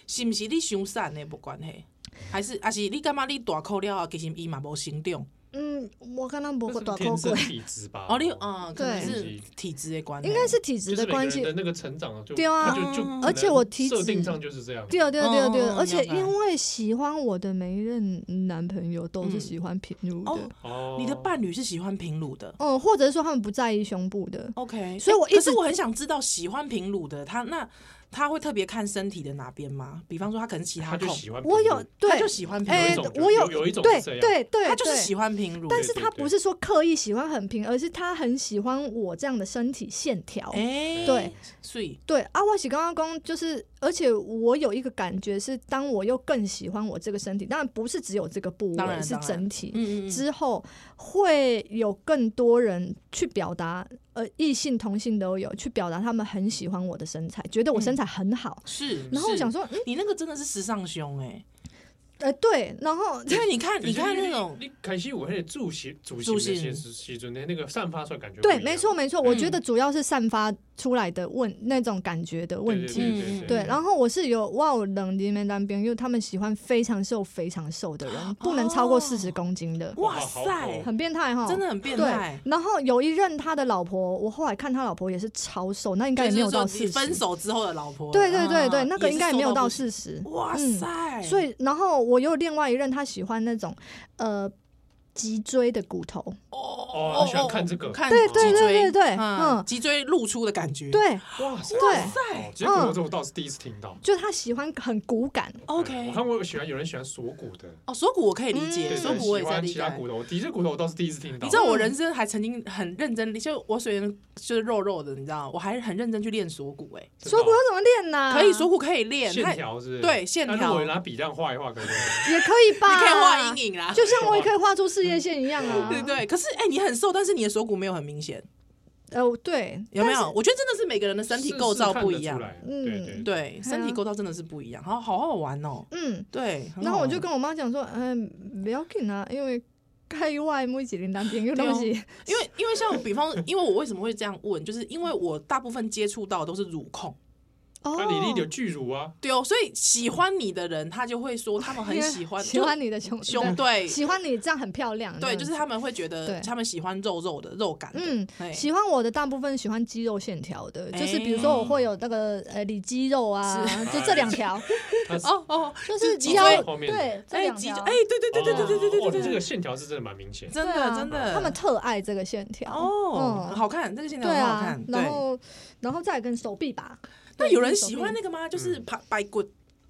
Speaker 2: 是毋是你伤瘦的无关系？还是还是你感觉你大口了后，其实伊嘛无成长？
Speaker 3: 嗯，我刚刚不
Speaker 1: 那
Speaker 3: 过
Speaker 1: 是
Speaker 3: 大
Speaker 1: 天
Speaker 3: 口
Speaker 1: 生
Speaker 3: 过，
Speaker 1: 体质吧？
Speaker 2: 哦，你嗯，可能
Speaker 3: 对
Speaker 2: 是体质的关系，
Speaker 3: 应该是体
Speaker 1: 就
Speaker 3: 质的
Speaker 1: 是每个
Speaker 3: 关
Speaker 1: 人
Speaker 3: 系
Speaker 1: 的。那个成长就
Speaker 3: 对啊
Speaker 1: 它就就
Speaker 2: 嗯
Speaker 1: 可
Speaker 3: 而且
Speaker 1: 能
Speaker 3: 我体
Speaker 1: 设定
Speaker 3: 脂
Speaker 1: 上就是这样，
Speaker 3: 对啊对对对，
Speaker 2: 嗯
Speaker 3: 而且
Speaker 2: 明白
Speaker 3: 因为喜欢我的每一任男朋友都是
Speaker 2: 嗯
Speaker 3: 喜欢平乳的
Speaker 2: 哦，，
Speaker 1: 哦，
Speaker 2: 你的伴侣是喜欢平乳的。
Speaker 3: 嗯，或者是说他们不在意胸部
Speaker 1: 哦
Speaker 3: 的。
Speaker 2: OK，
Speaker 3: 所以
Speaker 2: 欸
Speaker 3: 我一
Speaker 2: 可是
Speaker 3: 直
Speaker 2: 我很想知道喜欢平乳的他，那他会特别看身体的哪边吗？比方说他可能其
Speaker 1: 他就
Speaker 2: 痛，
Speaker 1: 喜欢
Speaker 3: 我
Speaker 1: 平
Speaker 3: 有
Speaker 1: 乳
Speaker 2: 他
Speaker 3: 对
Speaker 2: 就，喜欢平
Speaker 1: 有
Speaker 3: 哎
Speaker 1: 一
Speaker 2: 乳，
Speaker 1: 种
Speaker 3: 我有
Speaker 1: 有有一种
Speaker 3: 对
Speaker 1: 是这样
Speaker 3: 对对，
Speaker 2: 他就是
Speaker 3: 对
Speaker 2: 喜欢平乳。
Speaker 3: 但是
Speaker 1: 对
Speaker 3: 他
Speaker 1: 对
Speaker 3: 不是说刻意喜欢很平，而是他很喜欢我这样的身体线条。
Speaker 2: 哎，
Speaker 3: 对，
Speaker 2: 所以
Speaker 3: 对啊，我是刚刚讲，就是而且我有一个感觉是，当我又更喜欢我这个身体，当然不是只有这个部
Speaker 2: 当
Speaker 3: 位，
Speaker 2: 然
Speaker 3: 是
Speaker 2: 当然
Speaker 3: 整体。
Speaker 2: 嗯嗯嗯，
Speaker 3: 之后会有更多人去表达，呃，异性、同性都有去表达他们很喜欢我的身材，觉得我身材很好。
Speaker 2: 是。
Speaker 3: 然后我
Speaker 2: 是
Speaker 3: 想，说，嗯，
Speaker 2: 你那个真的是时尚胸 哎，
Speaker 3: 呃，对，然后
Speaker 2: 因为你看，你看那种
Speaker 1: 你开始我那个主席主席
Speaker 2: 主
Speaker 1: 那
Speaker 2: 席
Speaker 1: 些时时阵，那那个散发出来感觉不
Speaker 3: 对，
Speaker 1: 一
Speaker 3: 没
Speaker 1: 样
Speaker 3: 错，没错，我觉
Speaker 2: 嗯
Speaker 3: 得主要是散发出来的问那种感觉的问题。
Speaker 1: 对对对
Speaker 2: 嗯
Speaker 3: 对，
Speaker 1: 后
Speaker 3: 然后我是有哇，我冷里面当兵，因为他们喜欢非常瘦、非常瘦的人，不能超过四十公斤的，
Speaker 2: 哇
Speaker 1: 好好
Speaker 2: 塞，
Speaker 3: 很变态哈。
Speaker 2: 哦真的很变
Speaker 3: 对
Speaker 2: 态。，
Speaker 3: 然后有一任他的老婆，我后来看他老婆也是超瘦，那应该也没有到
Speaker 2: 就是说
Speaker 3: 四
Speaker 2: 你分
Speaker 3: 十。
Speaker 2: 手之后的老婆，
Speaker 3: 对对对对，
Speaker 2: 啊
Speaker 3: 那个应该也没有到。
Speaker 2: 也
Speaker 3: 四十
Speaker 2: 是
Speaker 3: 嗯
Speaker 2: 瘦。哇塞！
Speaker 3: 所以，然后我有另外一任，他喜欢那种呃脊椎的骨头，
Speaker 2: 哦
Speaker 1: 哦他喜欢看这个
Speaker 2: 看
Speaker 3: 对
Speaker 2: 脊
Speaker 3: 对对
Speaker 2: 椎
Speaker 3: 对对
Speaker 2: 嗯，
Speaker 3: 嗯
Speaker 2: 脊椎露出的感觉。
Speaker 3: 对，
Speaker 1: 哇塞
Speaker 3: 对
Speaker 1: 哦这个
Speaker 3: 嗯
Speaker 1: 我这我倒是第一次听到。
Speaker 3: 就他喜欢很骨感。
Speaker 1: 对我
Speaker 2: ，OK。
Speaker 1: 看我有喜欢有人喜欢锁骨的，
Speaker 2: 哦，锁骨我可以理
Speaker 3: 嗯
Speaker 2: 解，
Speaker 1: 对，
Speaker 2: 锁
Speaker 1: 对
Speaker 2: 骨我也
Speaker 1: 喜
Speaker 2: 在
Speaker 1: 欢
Speaker 2: 理
Speaker 1: 其
Speaker 2: 解
Speaker 1: 他。骨头，脊椎骨头我倒是第一次听到。
Speaker 2: 你知道我人生还曾经很认真，就我虽然就是肉肉的，你知道，我还很认真去练锁骨，哎，
Speaker 1: 真的
Speaker 3: 锁
Speaker 1: 哦
Speaker 3: 骨要怎么练呢、
Speaker 2: 可以锁骨可以练，
Speaker 1: 线
Speaker 2: 它
Speaker 1: 条是不是？
Speaker 2: 对线
Speaker 1: 那如
Speaker 2: 条
Speaker 1: 果我拿笔这样画一画，可不可以？
Speaker 3: 也可以 吧？
Speaker 2: 你可以画阴影啦，。
Speaker 3: 就像我也可以画出事业线一样啊
Speaker 2: 对对。可是哎，你很瘦，但是你的锁骨没有很明显，
Speaker 3: 呃，对，
Speaker 2: 有没有？我觉得真的是每个人的身体构造不一样
Speaker 1: 是，是看得出来
Speaker 3: 嗯
Speaker 1: 对对对，
Speaker 2: 对，身
Speaker 3: 对
Speaker 2: 体
Speaker 3: 啊
Speaker 2: 构造真的是不一样，好好好玩哦。
Speaker 3: 嗯。
Speaker 2: 对，很
Speaker 3: 然
Speaker 2: 好
Speaker 3: 后我
Speaker 2: 玩
Speaker 3: 就跟我妈讲说，嗯、不要紧啊，因为盖外每一个男朋友
Speaker 2: 对哦
Speaker 3: 东西，
Speaker 2: 因为因为像比方，因为我为什么会这样问，就是因为我大部分接触到的都是乳控，
Speaker 3: 哦
Speaker 1: 那李丽有巨乳啊，
Speaker 2: 对哦，所以喜欢你的人，他就会说他们很喜欢，
Speaker 3: 喜欢你的胸
Speaker 2: 就胸，对
Speaker 3: 对喜欢你这样很漂亮，
Speaker 2: 对，
Speaker 3: 这样
Speaker 2: 就是他们会觉得
Speaker 3: 对
Speaker 2: 他们喜欢肉肉的肉感的，
Speaker 3: 嗯
Speaker 2: 嘿
Speaker 3: 喜欢我的大部分喜欢肌肉线条的，
Speaker 2: 哎
Speaker 3: 就是比如说我会有那个呃里肌肉啊，
Speaker 2: 是
Speaker 3: 就 这两条，
Speaker 1: 它是
Speaker 2: 哦哦，
Speaker 3: 就是
Speaker 2: 脊
Speaker 3: 腰
Speaker 2: 椎
Speaker 1: 后面
Speaker 3: 对这
Speaker 2: 哎
Speaker 3: 两
Speaker 2: 脊
Speaker 3: 条
Speaker 2: 椎，，哎，对对对对对对对
Speaker 1: 哦
Speaker 2: 对
Speaker 1: 哦
Speaker 2: 对
Speaker 1: 这
Speaker 2: 对
Speaker 1: 个，线条是真的蛮明显。
Speaker 2: 真
Speaker 3: 对
Speaker 2: 的
Speaker 3: 啊
Speaker 2: 真的，
Speaker 3: 他们特爱这个线条
Speaker 2: 哦，很
Speaker 3: 嗯，
Speaker 2: 好看，这个线条
Speaker 3: 对
Speaker 2: 很好
Speaker 3: 啊
Speaker 2: 看，，
Speaker 3: 然
Speaker 2: 对。
Speaker 3: 后然后再跟手臂吧，
Speaker 2: 那
Speaker 3: 对
Speaker 2: 有
Speaker 3: 跟
Speaker 2: 人
Speaker 3: 手
Speaker 2: 喜
Speaker 3: 臂
Speaker 2: 欢那个吗？就是
Speaker 1: 嗯
Speaker 2: 排白骨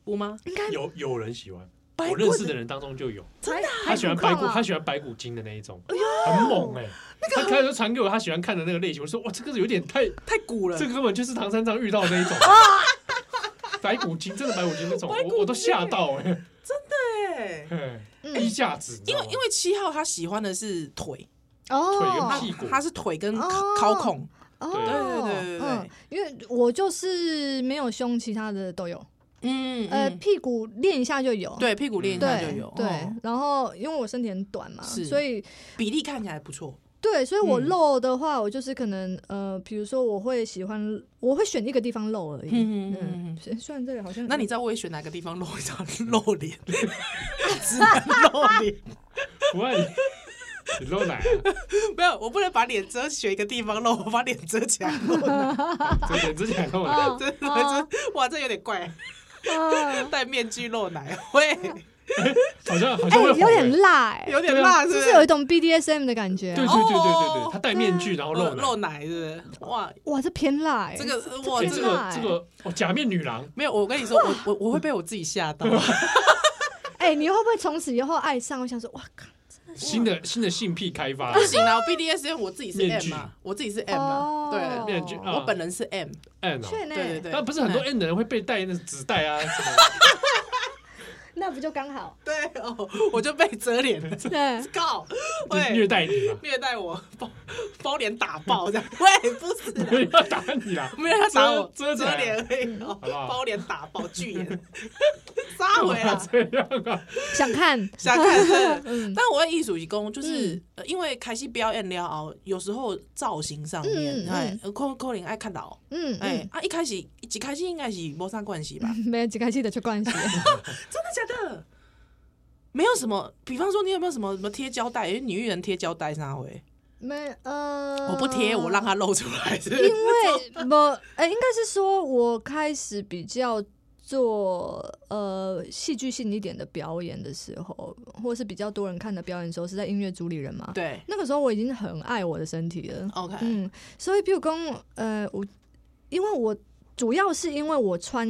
Speaker 2: 舞吗？
Speaker 3: 应该
Speaker 1: 有有人喜欢，
Speaker 2: 白
Speaker 1: 我
Speaker 2: 骨
Speaker 1: 认识的人当中就有，
Speaker 3: 真的
Speaker 1: 他喜欢白骨，他
Speaker 3: 啊，
Speaker 1: 喜欢白骨精的那一种，很猛哎。他开始传给我他喜欢看的那个类型，我说哇，这个有点太，
Speaker 2: 太鼓了
Speaker 1: 这，个根本就是唐三藏遇到的那一 种。白骨精真的白骨精那种，我我都吓到哎，嘿
Speaker 2: 对。
Speaker 3: 嗯
Speaker 2: 哎
Speaker 1: 低价值，你知
Speaker 2: 因
Speaker 1: 道
Speaker 2: 为
Speaker 1: 吗
Speaker 2: 因为七号他喜欢的是腿，
Speaker 1: 腿跟
Speaker 3: 哦
Speaker 1: 屁股
Speaker 2: 他是腿跟
Speaker 3: 哦
Speaker 2: 靠控，
Speaker 3: 哦，
Speaker 2: 对对对对对
Speaker 3: 嗯，因为我就是没有胸，其他的都有，
Speaker 2: 嗯，
Speaker 3: 呃，
Speaker 2: 嗯
Speaker 3: 屁股练一下就有，
Speaker 2: 对屁股
Speaker 1: 嗯
Speaker 2: 练一下就
Speaker 3: 对
Speaker 2: 有，
Speaker 3: 对
Speaker 2: 哦，
Speaker 3: 然后因为我身体很短嘛，
Speaker 2: 是
Speaker 3: 所以
Speaker 2: 比例看起来不错，
Speaker 3: 对，所以我
Speaker 2: 嗯
Speaker 3: 露的话，我就是可能呃，比如说我会喜欢，我会选一个地方露而已。
Speaker 2: 嗯嗯
Speaker 3: 嗯
Speaker 2: 嗯嗯
Speaker 3: 虽虽然这个好像，
Speaker 2: 那你知道我会选哪个地方露一张露脸，只能露脸，
Speaker 1: 不爱你，你露奶啊，
Speaker 2: 没有，我不能把脸遮选一个地方露，我把脸遮起来露，
Speaker 1: 哦这脸之前露奶，
Speaker 2: 真的是哇，这有点怪，戴面具露奶会
Speaker 1: 好像好
Speaker 3: 哎、
Speaker 1: 像会
Speaker 3: 有点
Speaker 1: 红欸
Speaker 3: 辣哎、
Speaker 2: 有点
Speaker 1: 对啊
Speaker 2: 辣，
Speaker 3: 是
Speaker 2: 不
Speaker 3: 不
Speaker 2: 是
Speaker 3: 是有一种 BDSM 的感觉、
Speaker 1: 对对
Speaker 3: 啊？
Speaker 1: 对对对
Speaker 2: 哦
Speaker 1: 对，他戴面具然后露奶，
Speaker 2: 露露奶是不是？哇，
Speaker 3: 哇，这偏辣哎、
Speaker 2: 这个哇
Speaker 1: 哎
Speaker 3: 真
Speaker 1: 这
Speaker 2: 这个。
Speaker 1: 个
Speaker 3: 的
Speaker 1: 这个哦，假面女郎，
Speaker 2: 没有，我跟你说，我我我会被我自己吓到，
Speaker 3: 哎、你会不会从此以后爱上？我想说，哇靠！
Speaker 1: 新
Speaker 2: 嗯
Speaker 1: 的新的性癖开发
Speaker 2: 不，行啦我！BDSM 我自己是
Speaker 1: 面
Speaker 2: M
Speaker 1: 具
Speaker 2: 嘛，我自己是 M 嘛，
Speaker 3: 哦
Speaker 2: 对，
Speaker 1: 面具啊，
Speaker 2: 我本人是 M，
Speaker 1: N 哦，
Speaker 3: 确呢、
Speaker 2: 对对对，
Speaker 1: 但不是很多 N 的人会被戴那纸带啊什么的。
Speaker 3: 那不就刚好？
Speaker 2: 对哦，我就被遮脸了，
Speaker 3: 对，
Speaker 2: 靠，
Speaker 1: 就是虐
Speaker 2: 喂，
Speaker 1: 待你嘛，
Speaker 2: 虐待我， 包包脸打爆这样， 喂，不是啦，
Speaker 1: 要打你啦，
Speaker 2: 没有他打我，
Speaker 1: 遮遮起来
Speaker 2: 脸而已哦，
Speaker 1: 好不好
Speaker 2: 包脸打爆巨眼， 杀回 来。
Speaker 1: 这样啊，
Speaker 3: 想看，
Speaker 2: 想看是不是，
Speaker 3: 嗯
Speaker 2: 但我的艺术义工就是、
Speaker 3: 嗯
Speaker 2: 呃因为开始表演了后，啊有时候造型上面，
Speaker 3: 嗯
Speaker 2: 哎、可可能爱看到，
Speaker 3: 嗯，
Speaker 2: 哎、
Speaker 3: 嗯，
Speaker 2: 啊，一开始一开始应该是没啥关系吧？
Speaker 3: 没有几开戏的就关系，
Speaker 2: 嗯真的假的？没有什么，比方说你有没有什么什么贴胶带？因为女艺人贴胶带啥回，
Speaker 3: 没呃，
Speaker 2: 我不贴，我让它露出来是不
Speaker 3: 因
Speaker 2: 是。
Speaker 3: 为我呃，应该是说我开始比较做呃戏剧性一点的表演的时候，或是比较多人看的表演的时候，是在音乐组里人嘛。
Speaker 2: 对哦哎
Speaker 3: 那个时候我已经很爱我的身体了，
Speaker 2: ，OK，
Speaker 3: 嗯，所以比如讲呃，我因为我主要是因为我穿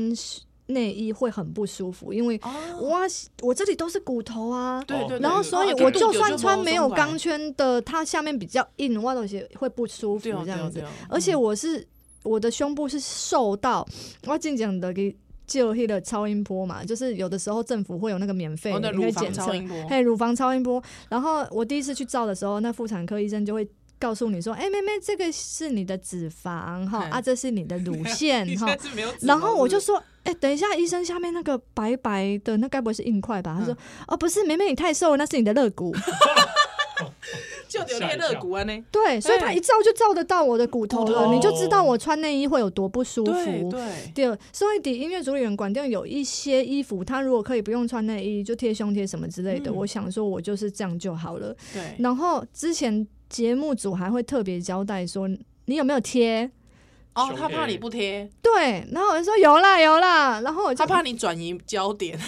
Speaker 3: 内衣会很不舒服，因为
Speaker 2: 哦，
Speaker 3: 哇，我这里都是骨头啊。
Speaker 2: 对对，
Speaker 3: 然后，
Speaker 1: 对
Speaker 3: 所以
Speaker 1: 哦
Speaker 3: 我
Speaker 1: 对
Speaker 3: 就算穿没有钢
Speaker 2: 钢，
Speaker 3: 圈的，它下面比较硬，我有些会不舒服
Speaker 2: 对哦
Speaker 3: 这
Speaker 2: 对哦
Speaker 3: 样
Speaker 2: 对
Speaker 3: 子。
Speaker 2: 哦，
Speaker 3: 而且我是我的胸部是瘦到我进讲的给就迄个超音波嘛，就是有的时候政府会有那个免费
Speaker 2: 我
Speaker 3: 的，
Speaker 2: 的哦
Speaker 3: 你可
Speaker 2: 乳
Speaker 3: 以
Speaker 2: 房
Speaker 3: 检测
Speaker 2: 超，音波，
Speaker 3: 嘿，乳房超音波。然后我第一次去照的时候，那妇产科医生就会。告诉你说，哎、妹妹，这个是你的脂肪哈，
Speaker 2: 嗯
Speaker 3: 啊，这是你的 乳腺
Speaker 2: 你现
Speaker 3: 哈
Speaker 2: 在，是没有指毛。
Speaker 3: 然后我就是说，哎、等一下，医生下面那个白白的，那该不会是硬块吧？他说
Speaker 2: 嗯，
Speaker 3: 哦，不是，妹妹你太瘦了，那是你的肋 骨。
Speaker 2: 不是就有贴肋骨啊呢，
Speaker 3: 对，所以他一照就照得到我的骨头了，
Speaker 1: 骨头
Speaker 3: 你就知道我穿内衣会有多不舒
Speaker 2: 对
Speaker 3: 服。
Speaker 2: 对，
Speaker 3: 对，所以底音乐主理人管定有一些衣服，他如果可以不用穿内衣，就贴胸贴什么之类的。
Speaker 2: 嗯
Speaker 3: 我想说，我就是这样就好了。
Speaker 2: 对，
Speaker 3: 然后之前节目组还会特别交代说，你有没有贴？
Speaker 2: 哦，
Speaker 1: 胸
Speaker 2: 他怕
Speaker 1: 贴
Speaker 2: 你不贴，
Speaker 3: 对，然后我就说有啦有啦，然后我就
Speaker 2: 他怕你转移焦点，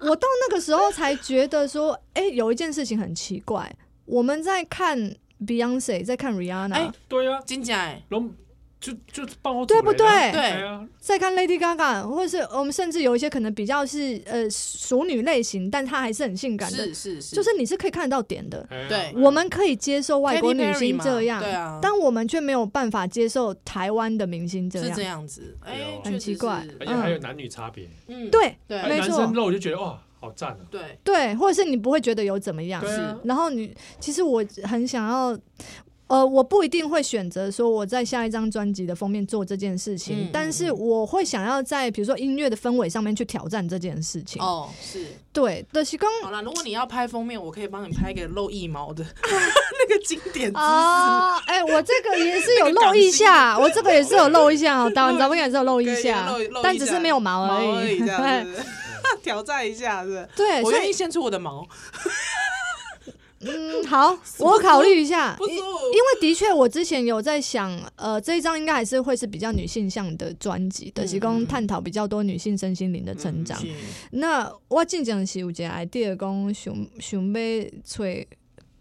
Speaker 3: 我到那个时候才觉得说，哎、有一件事情很奇怪，我们在看 Beyonce，在看 Rihanna，、
Speaker 2: 哎
Speaker 1: 对啊，
Speaker 2: 真假哎，
Speaker 1: 龙就就帮我
Speaker 3: 对不对？？
Speaker 1: 对
Speaker 2: 对，
Speaker 1: 啊，
Speaker 3: 在看 Lady Gaga，或者是我们甚至有一些可能比较是呃熟女类型，但她还是很性感的，
Speaker 2: 是是是，
Speaker 3: 就是你是可以看得到点的。
Speaker 1: 哎呀
Speaker 2: 对
Speaker 3: 我们可以接受外国
Speaker 2: Katy
Speaker 3: 女
Speaker 2: Perry
Speaker 3: 星
Speaker 2: 嘛
Speaker 3: 这样，
Speaker 2: 对啊，
Speaker 3: 但我们却没有办法接受台湾的明星这
Speaker 2: 是
Speaker 3: 样。
Speaker 2: 这样子，哎，
Speaker 1: 很
Speaker 2: 确实
Speaker 3: 奇怪
Speaker 2: 是
Speaker 1: 而且还有男女差别，
Speaker 2: 嗯，
Speaker 3: 对
Speaker 2: 对
Speaker 1: 哎
Speaker 3: 没
Speaker 1: 男
Speaker 3: 错
Speaker 1: 生露就觉得哇，好赞啊，
Speaker 2: 对，
Speaker 3: 对，或者是你不会觉得有怎么样。
Speaker 1: 对啊，
Speaker 3: 然后你其实我很想要，呃，我不一定会选择说我在下一张专辑的封面做这件事情，
Speaker 2: 嗯
Speaker 3: 但是我会想要在比如说音乐的氛围上面去挑战这件事情。
Speaker 2: 哦，是。
Speaker 3: 对，的西刚
Speaker 2: 好啦，如果你要拍封面，我可以帮你拍一个露腋毛的 那个经典姿势。，
Speaker 3: 哎、我这个也是有露一下，我这个也是有露一下哦，当然咱们也是有露一下
Speaker 2: 可以露露一下，
Speaker 3: 但只是没有毛
Speaker 2: 毛
Speaker 3: 而已。
Speaker 2: 这 样子，挑战一下是不
Speaker 3: 对，
Speaker 2: 是。我
Speaker 3: 所
Speaker 2: 愿意
Speaker 3: 以啊
Speaker 2: 献出我的毛，
Speaker 3: 嗯，好，我考虑一下，
Speaker 2: 不
Speaker 3: 因
Speaker 2: 输
Speaker 3: 因。为的确我之前有在想，呃，这一张应该还是会是比较女性向的专辑的，
Speaker 2: 嗯
Speaker 3: 提供探讨比较多女性身心灵的成长。
Speaker 2: 是
Speaker 3: 那我进前是有一个 idea 讲，想想要找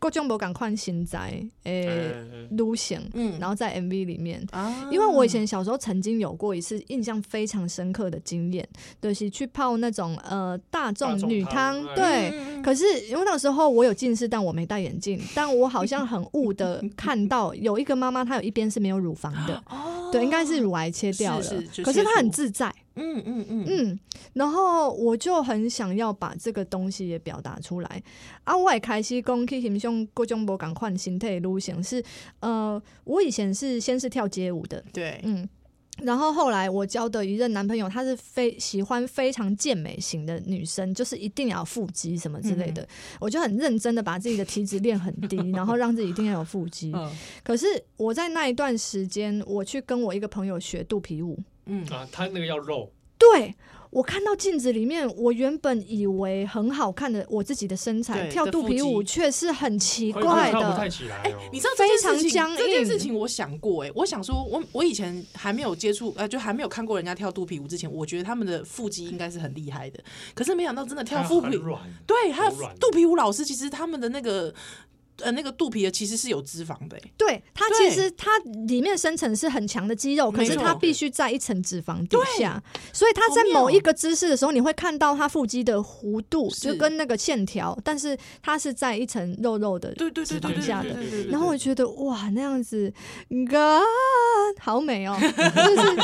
Speaker 3: 各种无共款身材诶
Speaker 1: 哎
Speaker 3: 女性，
Speaker 2: 嗯
Speaker 3: 然后在 MV 里面。
Speaker 2: 啊
Speaker 3: 因为我以前小时候曾经有过一次印象非常深刻的经验，就是去泡那种呃大众女汤
Speaker 1: 大众汤，
Speaker 3: 对。
Speaker 2: 嗯
Speaker 3: 可是因为那时候我有近视，但我没戴眼镜，但我好像很误的看到有一个妈妈，她有一边是没有乳房的，
Speaker 2: 哦
Speaker 3: 对，应该是乳癌切掉了。
Speaker 2: 是是就
Speaker 3: 可是
Speaker 2: 切
Speaker 3: 她很
Speaker 2: 除
Speaker 3: 自在，
Speaker 2: 嗯嗯嗯嗯
Speaker 3: 嗯，然后我就很想要把这个东西也表达出来啊！我也开始讲去欣赏各种无共款心态路线是，呃，我以前是先是跳街舞的，
Speaker 2: 对
Speaker 3: 嗯，然后后来我交的一任男朋友，他是非喜欢非常健美型的女生，就是一定要有腹肌什么之类
Speaker 2: 嗯
Speaker 3: 的。我就很认真的把自己的体脂练很 低，然后让自己一定要有腹肌。
Speaker 2: 嗯
Speaker 3: 可是我在那一段时间，我去跟我一个朋友学肚皮舞，
Speaker 2: 嗯
Speaker 1: 啊，他那个要露，
Speaker 3: 对我看到镜子里面，我原本以为很好看的我自己的身材，
Speaker 2: 对
Speaker 3: 跳
Speaker 2: 的
Speaker 3: 肚
Speaker 2: 腹
Speaker 3: 皮
Speaker 2: 肌
Speaker 3: 舞却是很奇
Speaker 1: 会
Speaker 3: 怪
Speaker 1: 跳不
Speaker 3: 的
Speaker 1: 太。起来
Speaker 2: 哎、
Speaker 1: 哦。
Speaker 2: 你知道这件事情
Speaker 3: 非常僵硬
Speaker 2: 这件事情我想过、哎，我想说我，我以前还没有接触，呃，就还没有看过人家跳肚皮舞之前，我觉得他们的腹肌应该是很厉害的，可是没想到真的跳
Speaker 1: 它
Speaker 2: 腹
Speaker 1: 很
Speaker 2: 皮，
Speaker 1: 软，
Speaker 2: 对，还有
Speaker 1: 柔软
Speaker 2: 肚皮舞老师，其实他们的那个呃那个肚皮的其实是有脂肪的、哎
Speaker 3: 对，它
Speaker 2: 对
Speaker 3: 其实它里面深层是很强的肌肉，可
Speaker 2: 没
Speaker 3: 是
Speaker 2: 错
Speaker 3: 它必须在一层脂肪底下，所以它在
Speaker 2: 好妙
Speaker 3: 某一个姿势的时候，你会看到它腹肌的弧度，
Speaker 2: 是
Speaker 3: 就跟那个线条，但是它是在一层肉肉的。
Speaker 2: 对对对对对
Speaker 3: 脂肪
Speaker 2: 对对对对，
Speaker 3: 然后我觉得哇，那样子，God，好美哦，就是。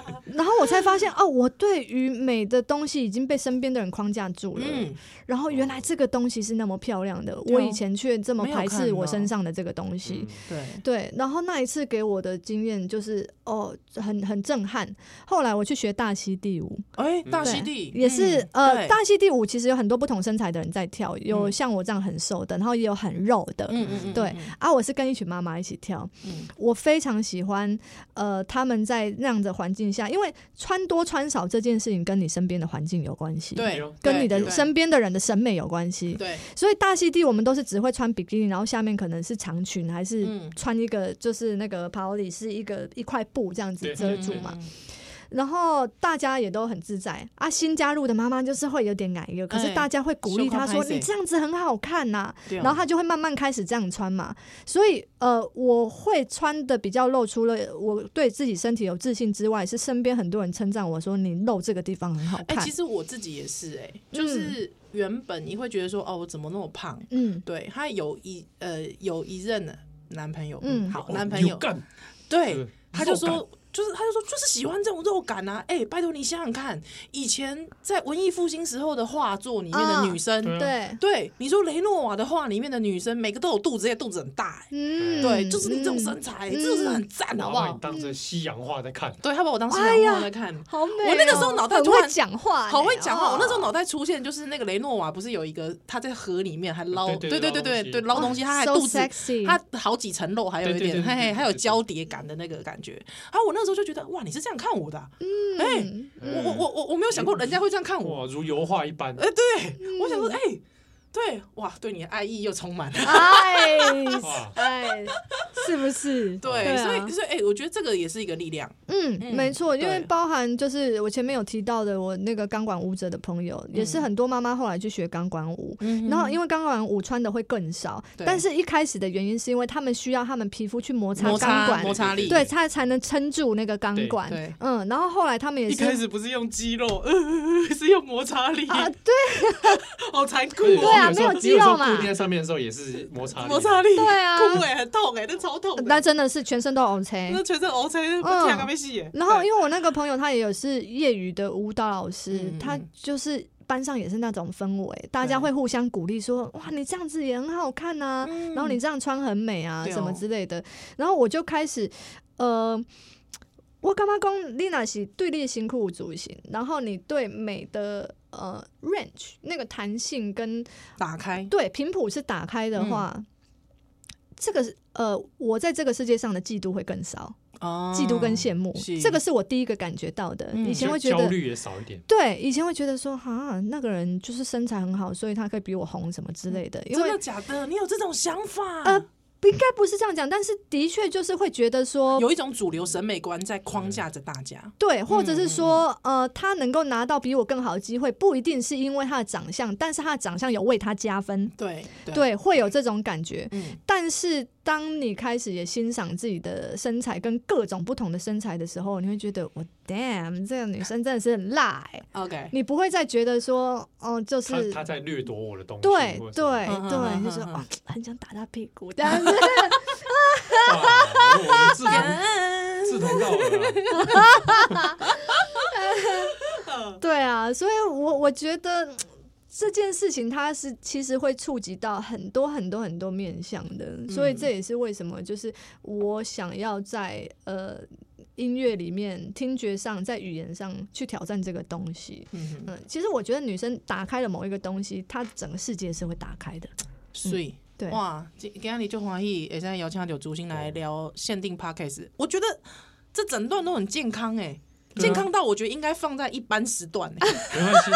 Speaker 3: 然后我才发现哦，我对于美的东西已经被身边的人框架住了。
Speaker 2: 嗯，
Speaker 3: 然后原来这个东西是那么漂亮的，
Speaker 2: 对啊
Speaker 3: 我以前却这么
Speaker 2: 没有
Speaker 3: 排
Speaker 2: 看
Speaker 3: 斥
Speaker 2: 到
Speaker 3: 我身上的这个东西。
Speaker 1: 嗯
Speaker 2: 对，
Speaker 3: 对，然后那一次给我的经验就是，哦，很很震撼。后来我去学大溪地舞，
Speaker 2: 哎，大
Speaker 3: 对
Speaker 2: 溪地
Speaker 3: 也是、
Speaker 2: 嗯
Speaker 3: 呃，
Speaker 2: 对
Speaker 3: 大溪地舞其实有很多不同身材的人在跳，有
Speaker 2: 嗯
Speaker 3: 像我这样很瘦的，然后也有很肉的。
Speaker 2: 嗯嗯嗯，
Speaker 3: 对
Speaker 2: 嗯
Speaker 3: 啊，我是跟一群妈妈一起跳，
Speaker 2: 嗯
Speaker 3: 我非常喜欢，呃，他们在那样的环境下，因为穿多穿少这件事情跟你身边的环境有关系，，
Speaker 2: 对，
Speaker 3: 跟你
Speaker 2: 对
Speaker 3: 的身边的人的审美有关系，
Speaker 2: 对，
Speaker 3: 所以大溪地我们都是只会穿比基尼，然后下面可能是长裙，还是
Speaker 2: 嗯
Speaker 3: 穿一个就是那个袍里是一个一块布这样子
Speaker 1: 对
Speaker 3: 遮住嘛。
Speaker 2: 嗯，
Speaker 3: 然后大家也都很自在啊。新加入的妈妈就是会有点矮油，可是
Speaker 2: 哎
Speaker 3: 大家会鼓励她
Speaker 2: 羞
Speaker 3: 说：“
Speaker 2: 愧拍谁
Speaker 3: 你这样子很好看呐、
Speaker 2: 对啊
Speaker 3: 然后她就会慢慢开始这样穿嘛。所以呃，我会穿的比较露出了我对自己身体有自信之外，是身边很多人称赞我说你露这个地方很好
Speaker 2: 哎、
Speaker 3: 看。
Speaker 2: 其实我自己也是、哎，就是原本你会觉得说，哦，我怎么那么胖？
Speaker 3: 嗯，
Speaker 2: 对，他有一呃有一任男朋友，
Speaker 3: 嗯
Speaker 2: 嗯，好，
Speaker 1: 哦
Speaker 2: 男朋
Speaker 1: 有
Speaker 2: 友，哎
Speaker 1: 干
Speaker 2: 对
Speaker 1: 对，
Speaker 2: 他就
Speaker 1: 肉
Speaker 2: 说。就是，他就说，就是喜欢这种肉感啊！哎、拜托你想想看，以前在文艺复兴时候的画作里面的
Speaker 3: 啊
Speaker 2: 女生，
Speaker 1: 对啊
Speaker 3: 对，
Speaker 2: 对你说雷诺瓦的画里面的女生，每个都有肚子，而且肚子很大、哎
Speaker 3: 嗯，
Speaker 2: 对，就是你这种
Speaker 3: 嗯
Speaker 2: 身材，
Speaker 3: 嗯
Speaker 2: 这就是很赞，好不
Speaker 1: 把
Speaker 2: 好
Speaker 1: 你？当成西洋画在看，
Speaker 2: 对他把我当时
Speaker 3: 哎呀
Speaker 2: 画在看，
Speaker 3: 好美哦、
Speaker 2: 我那个时候脑袋
Speaker 3: 很
Speaker 2: 突
Speaker 3: 会
Speaker 2: 然
Speaker 3: 讲话呢，
Speaker 2: 好会讲话。我那时候
Speaker 3: 哦
Speaker 2: 脑袋出现就是那个雷诺瓦，不是有一个他在河里面还捞，
Speaker 1: 对
Speaker 2: 对
Speaker 1: 对
Speaker 2: 对对
Speaker 1: 捞东
Speaker 2: 对
Speaker 1: 西
Speaker 2: 对捞东西，他还
Speaker 3: so
Speaker 2: 肚子
Speaker 3: sexy，
Speaker 2: 他好几层肉，还有一
Speaker 1: 对对对
Speaker 2: 点
Speaker 1: 对对
Speaker 2: 嘿
Speaker 1: 对
Speaker 2: 嘿，
Speaker 1: 对
Speaker 2: 还有交叠感的那个感觉。啊，我那时候就觉得哇，你是这样看我的啊，哎，
Speaker 3: 嗯
Speaker 2: 我我我我我没有想过人家会这样看我，
Speaker 1: 哎哇，如油画一般。
Speaker 2: 哎，对我想说哎。对，哇，对你的爱意又充满了，
Speaker 3: 哎
Speaker 1: 哇
Speaker 3: 哎，是不是？
Speaker 2: 对，所
Speaker 3: 啊
Speaker 2: 以所以哎，我觉得这个也是一个力量，
Speaker 3: 嗯，
Speaker 2: 嗯
Speaker 3: 没错，因为
Speaker 2: 对
Speaker 3: 包含就是我前面有提到的，我那个钢管舞者的朋友，也是
Speaker 2: 嗯
Speaker 3: 很多妈妈后来去学钢管舞。然后，因为钢管舞穿的会更少，
Speaker 2: 对
Speaker 3: 但是一开始的原因是因为他们需要他们皮肤去摩擦
Speaker 2: 摩
Speaker 3: 钢
Speaker 2: 擦
Speaker 3: 管
Speaker 2: 摩，擦力，
Speaker 3: 对，才才能撑住那个钢
Speaker 1: 对
Speaker 3: 管
Speaker 2: 对。
Speaker 3: 嗯，然后后来他们也
Speaker 1: 一
Speaker 3: 是
Speaker 1: 开始不是用肌肉，呃， 是用摩擦力，
Speaker 3: 啊，对
Speaker 2: 好残酷
Speaker 1: 对
Speaker 2: 哦，
Speaker 3: 对啊
Speaker 1: 时候
Speaker 3: 没有肌肉
Speaker 1: 你时
Speaker 3: 嘛
Speaker 1: 候固定在上面的时候也是摩擦力，
Speaker 2: 摩擦力，
Speaker 3: 对啊
Speaker 2: 酷哎，很痛哎，那超
Speaker 1: 哦
Speaker 2: 痛的，
Speaker 3: 那真的是全身都 OK。
Speaker 2: 那全身 O C，不听个被欸戏耶。
Speaker 3: 然后，因为我那个朋友他也有是业余的舞蹈老师，
Speaker 2: 嗯嗯
Speaker 3: 他
Speaker 2: 嗯
Speaker 3: 就是班上也是那种氛围，大家
Speaker 2: 对嗯
Speaker 3: 会互相鼓励说：“哇，你这样子也很好看啊，然后你这样穿很美啊，
Speaker 2: 对哦
Speaker 3: 什么之类的。”然后我就开始，呃。我干嘛讲你那是对立辛苦主型，然后你对美的呃 range 那个弹性跟
Speaker 2: 打开，
Speaker 3: 对频谱是打
Speaker 2: 嗯
Speaker 3: 开的话，这个是呃我在这个世界上的嫉妒会更少。嫉
Speaker 2: 嫉
Speaker 3: 妒跟羡慕，
Speaker 2: 嗯是
Speaker 3: 这个是我第一个感觉到的。
Speaker 2: 嗯
Speaker 3: 以前会觉
Speaker 1: 焦
Speaker 3: 得，
Speaker 1: 虑也少一点。
Speaker 3: 对，以前会觉得说，哈，那个人就是身材很好，所以他可以比我红什么之类的。因
Speaker 2: 真
Speaker 3: 为
Speaker 2: 的假的？你有这种想法？
Speaker 3: 呃不应该不是这样讲，但是的确就是会觉得说，
Speaker 2: 有一种主流审美观在框架着大家。
Speaker 3: 对，或者
Speaker 2: 嗯
Speaker 3: 是说，呃，他能够拿到比我更好的机会，不一定是因为他的长相，但是他的长相有为他加分。
Speaker 2: 对对，
Speaker 3: 对，会有这种感觉。
Speaker 2: 嗯，
Speaker 3: 但是当你开始也欣赏自己的身材跟各种不同的身材的时候，你会觉得，我 damn，这个女生真的是很辣、欸。
Speaker 2: OK，
Speaker 3: 你不会再觉得说，哦，就
Speaker 1: 他
Speaker 3: 是
Speaker 1: 他在掠夺我的东西，
Speaker 3: 对
Speaker 1: 或者是
Speaker 3: 对
Speaker 2: 嗯嗯嗯
Speaker 3: 对，
Speaker 2: 嗯
Speaker 3: 就是
Speaker 2: 嗯
Speaker 3: 哦，很想打他屁股，但是
Speaker 1: 哇我们
Speaker 3: 嗯
Speaker 1: 志同
Speaker 2: 嗯
Speaker 1: 志同道合啊，
Speaker 3: 对啊，所以我我觉得嗯这件事情它是其实会触及到很多很多很多面向的，所以这也是为什么就是我想要在呃音乐里面、听觉上、在语言上去挑战这个东西。
Speaker 2: 嗯，
Speaker 3: 嗯，其实我觉得女生打开了某一个东西，她整个世界是会打开的。
Speaker 2: 所以。
Speaker 3: 对，
Speaker 2: 哇，今今天你就欢喜，也现在邀请到竹心来聊限定 podcast，我觉得这整段都很健康哎、
Speaker 1: 对啊
Speaker 2: 健康到我觉得应该放在一般时段、 欸，
Speaker 1: 没关系，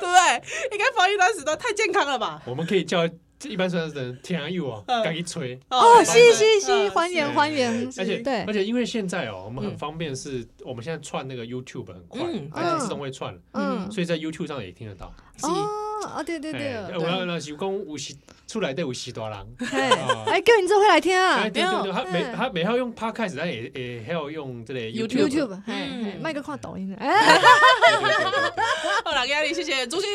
Speaker 2: 对不对？应该放一般时段，太健康了吧？
Speaker 1: 我们可以叫一般算是人天然有啊，
Speaker 2: 嗯
Speaker 1: 赶紧吹。
Speaker 3: 哦，
Speaker 1: 是是
Speaker 3: 是是是，
Speaker 2: 嗯
Speaker 3: 还
Speaker 2: 是
Speaker 3: 原
Speaker 1: 是
Speaker 3: 还原，
Speaker 1: 而且
Speaker 3: 对
Speaker 1: 而且因为现在哦，我们很
Speaker 2: 嗯
Speaker 1: 方便是，我们现在串那个 YouTube 很快
Speaker 2: 嗯，
Speaker 1: 它
Speaker 3: 对
Speaker 1: 自动会串，
Speaker 3: 嗯
Speaker 1: 所以在 YouTube 上也听得到。
Speaker 2: 是
Speaker 3: 哦啊对对对
Speaker 1: 哎，我要
Speaker 3: 对，
Speaker 1: 让是讲有时出来的有时大人，
Speaker 3: 嘿
Speaker 1: 啊
Speaker 3: 哎哥，你这会来听啊
Speaker 1: 哎对对
Speaker 2: 对
Speaker 1: 对，
Speaker 2: 哦
Speaker 1: 他每
Speaker 3: 嗯
Speaker 1: 他每要用 Podcast，他也也还要用这类
Speaker 2: YouTube
Speaker 1: YouTube。
Speaker 3: ？YouTube，嘿嘿，
Speaker 2: 嗯
Speaker 3: 麦克看抖音，哎，
Speaker 1: 对对对对对
Speaker 2: 好了，给阿里，谢谢朱星，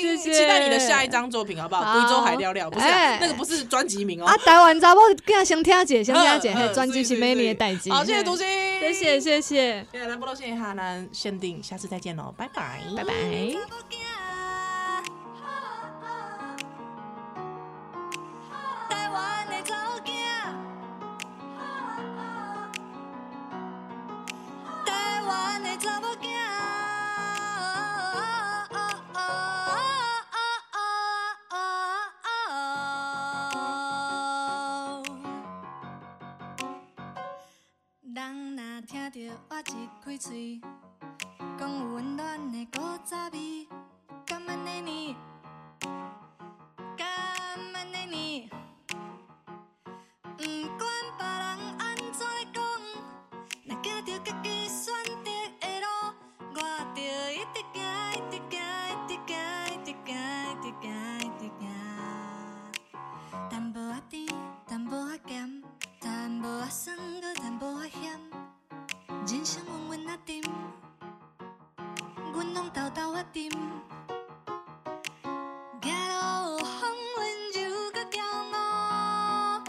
Speaker 3: 谢谢
Speaker 2: 期待你的下一张作品，好不
Speaker 3: 好
Speaker 2: 好？贵州海聊聊，不是啊、
Speaker 3: 哎
Speaker 2: 那个不是专辑名哦。
Speaker 3: 啊，台湾查某跟他先听者，先听者，
Speaker 2: 嗯嗯
Speaker 3: 嘿，专辑是每年的代志。
Speaker 2: 好，谢谢
Speaker 3: 嘿
Speaker 2: 朱星，
Speaker 3: 谢谢，谢谢，
Speaker 2: 谢谢兰波多，谢谢哈兰限定，下次再见喽，拜拜，
Speaker 3: 拜拜。
Speaker 4: 台湾的查某囝，台湾的查某囝。人若听着我一开嘴，讲有温暖的古早味，感恩的你，感恩的你。不管别人安怎来讲，若行着家己选择的路，我着一直行，一直行，一直行，一直行，一直行，一直行。淡薄仔甜，淡薄仔咸，淡薄仔酸，搁淡薄仔咸。人生稳稳啊沉，阮拢豆豆啊沉。行路有风温柔搁骄傲，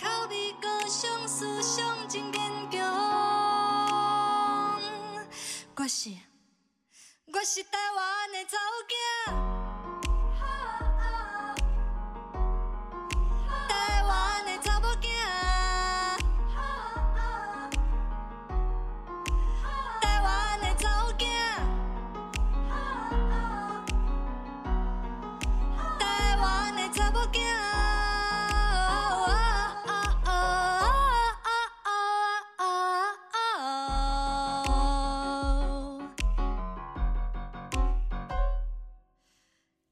Speaker 4: 口味高尚，思想真坚强。我是我是台湾的查某囝，台湾的查某囝，台湾的查某囝。台湾的查某囝。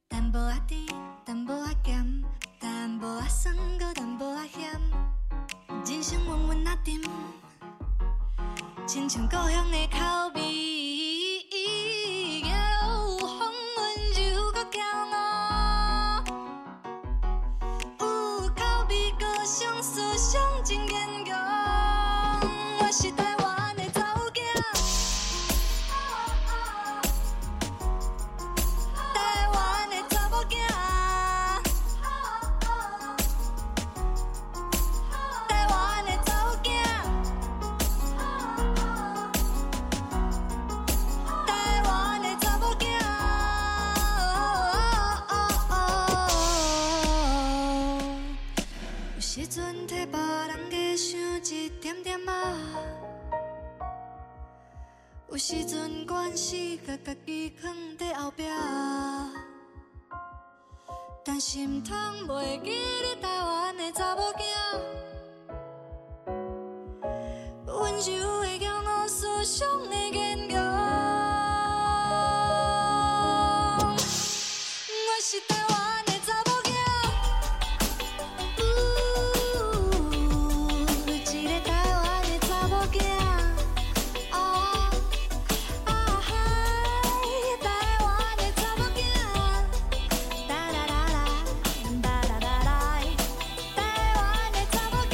Speaker 4: 淡薄仔甜，淡薄仔咸，淡薄仔酸，搁淡薄仔咸。人生稳稳啊沉，亲像故乡的口味。有风温柔搁骄傲，有口味高尚，思想真坚强。我是台湾的查某囝，台湾的查某囝，台湾的查某囝。台湾的查某囝。有时阵替别人加想一点点仔，有时阵惯势甲家己放在后壁。啊但心痛袂记你台湾的查某囝。温柔的骄傲，思想的坚强。我是台湾的查某囝，呜，一个台湾的查某囝，哦，啊嗨，台湾的查某囝，哒啦啦啦，哒啦啦啦，台湾的查某囝。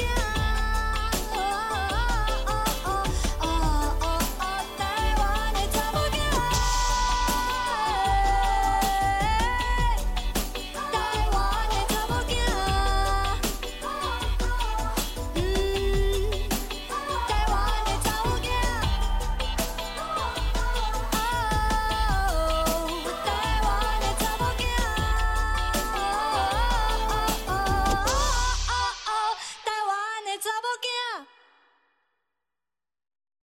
Speaker 4: 台湾的查某囝。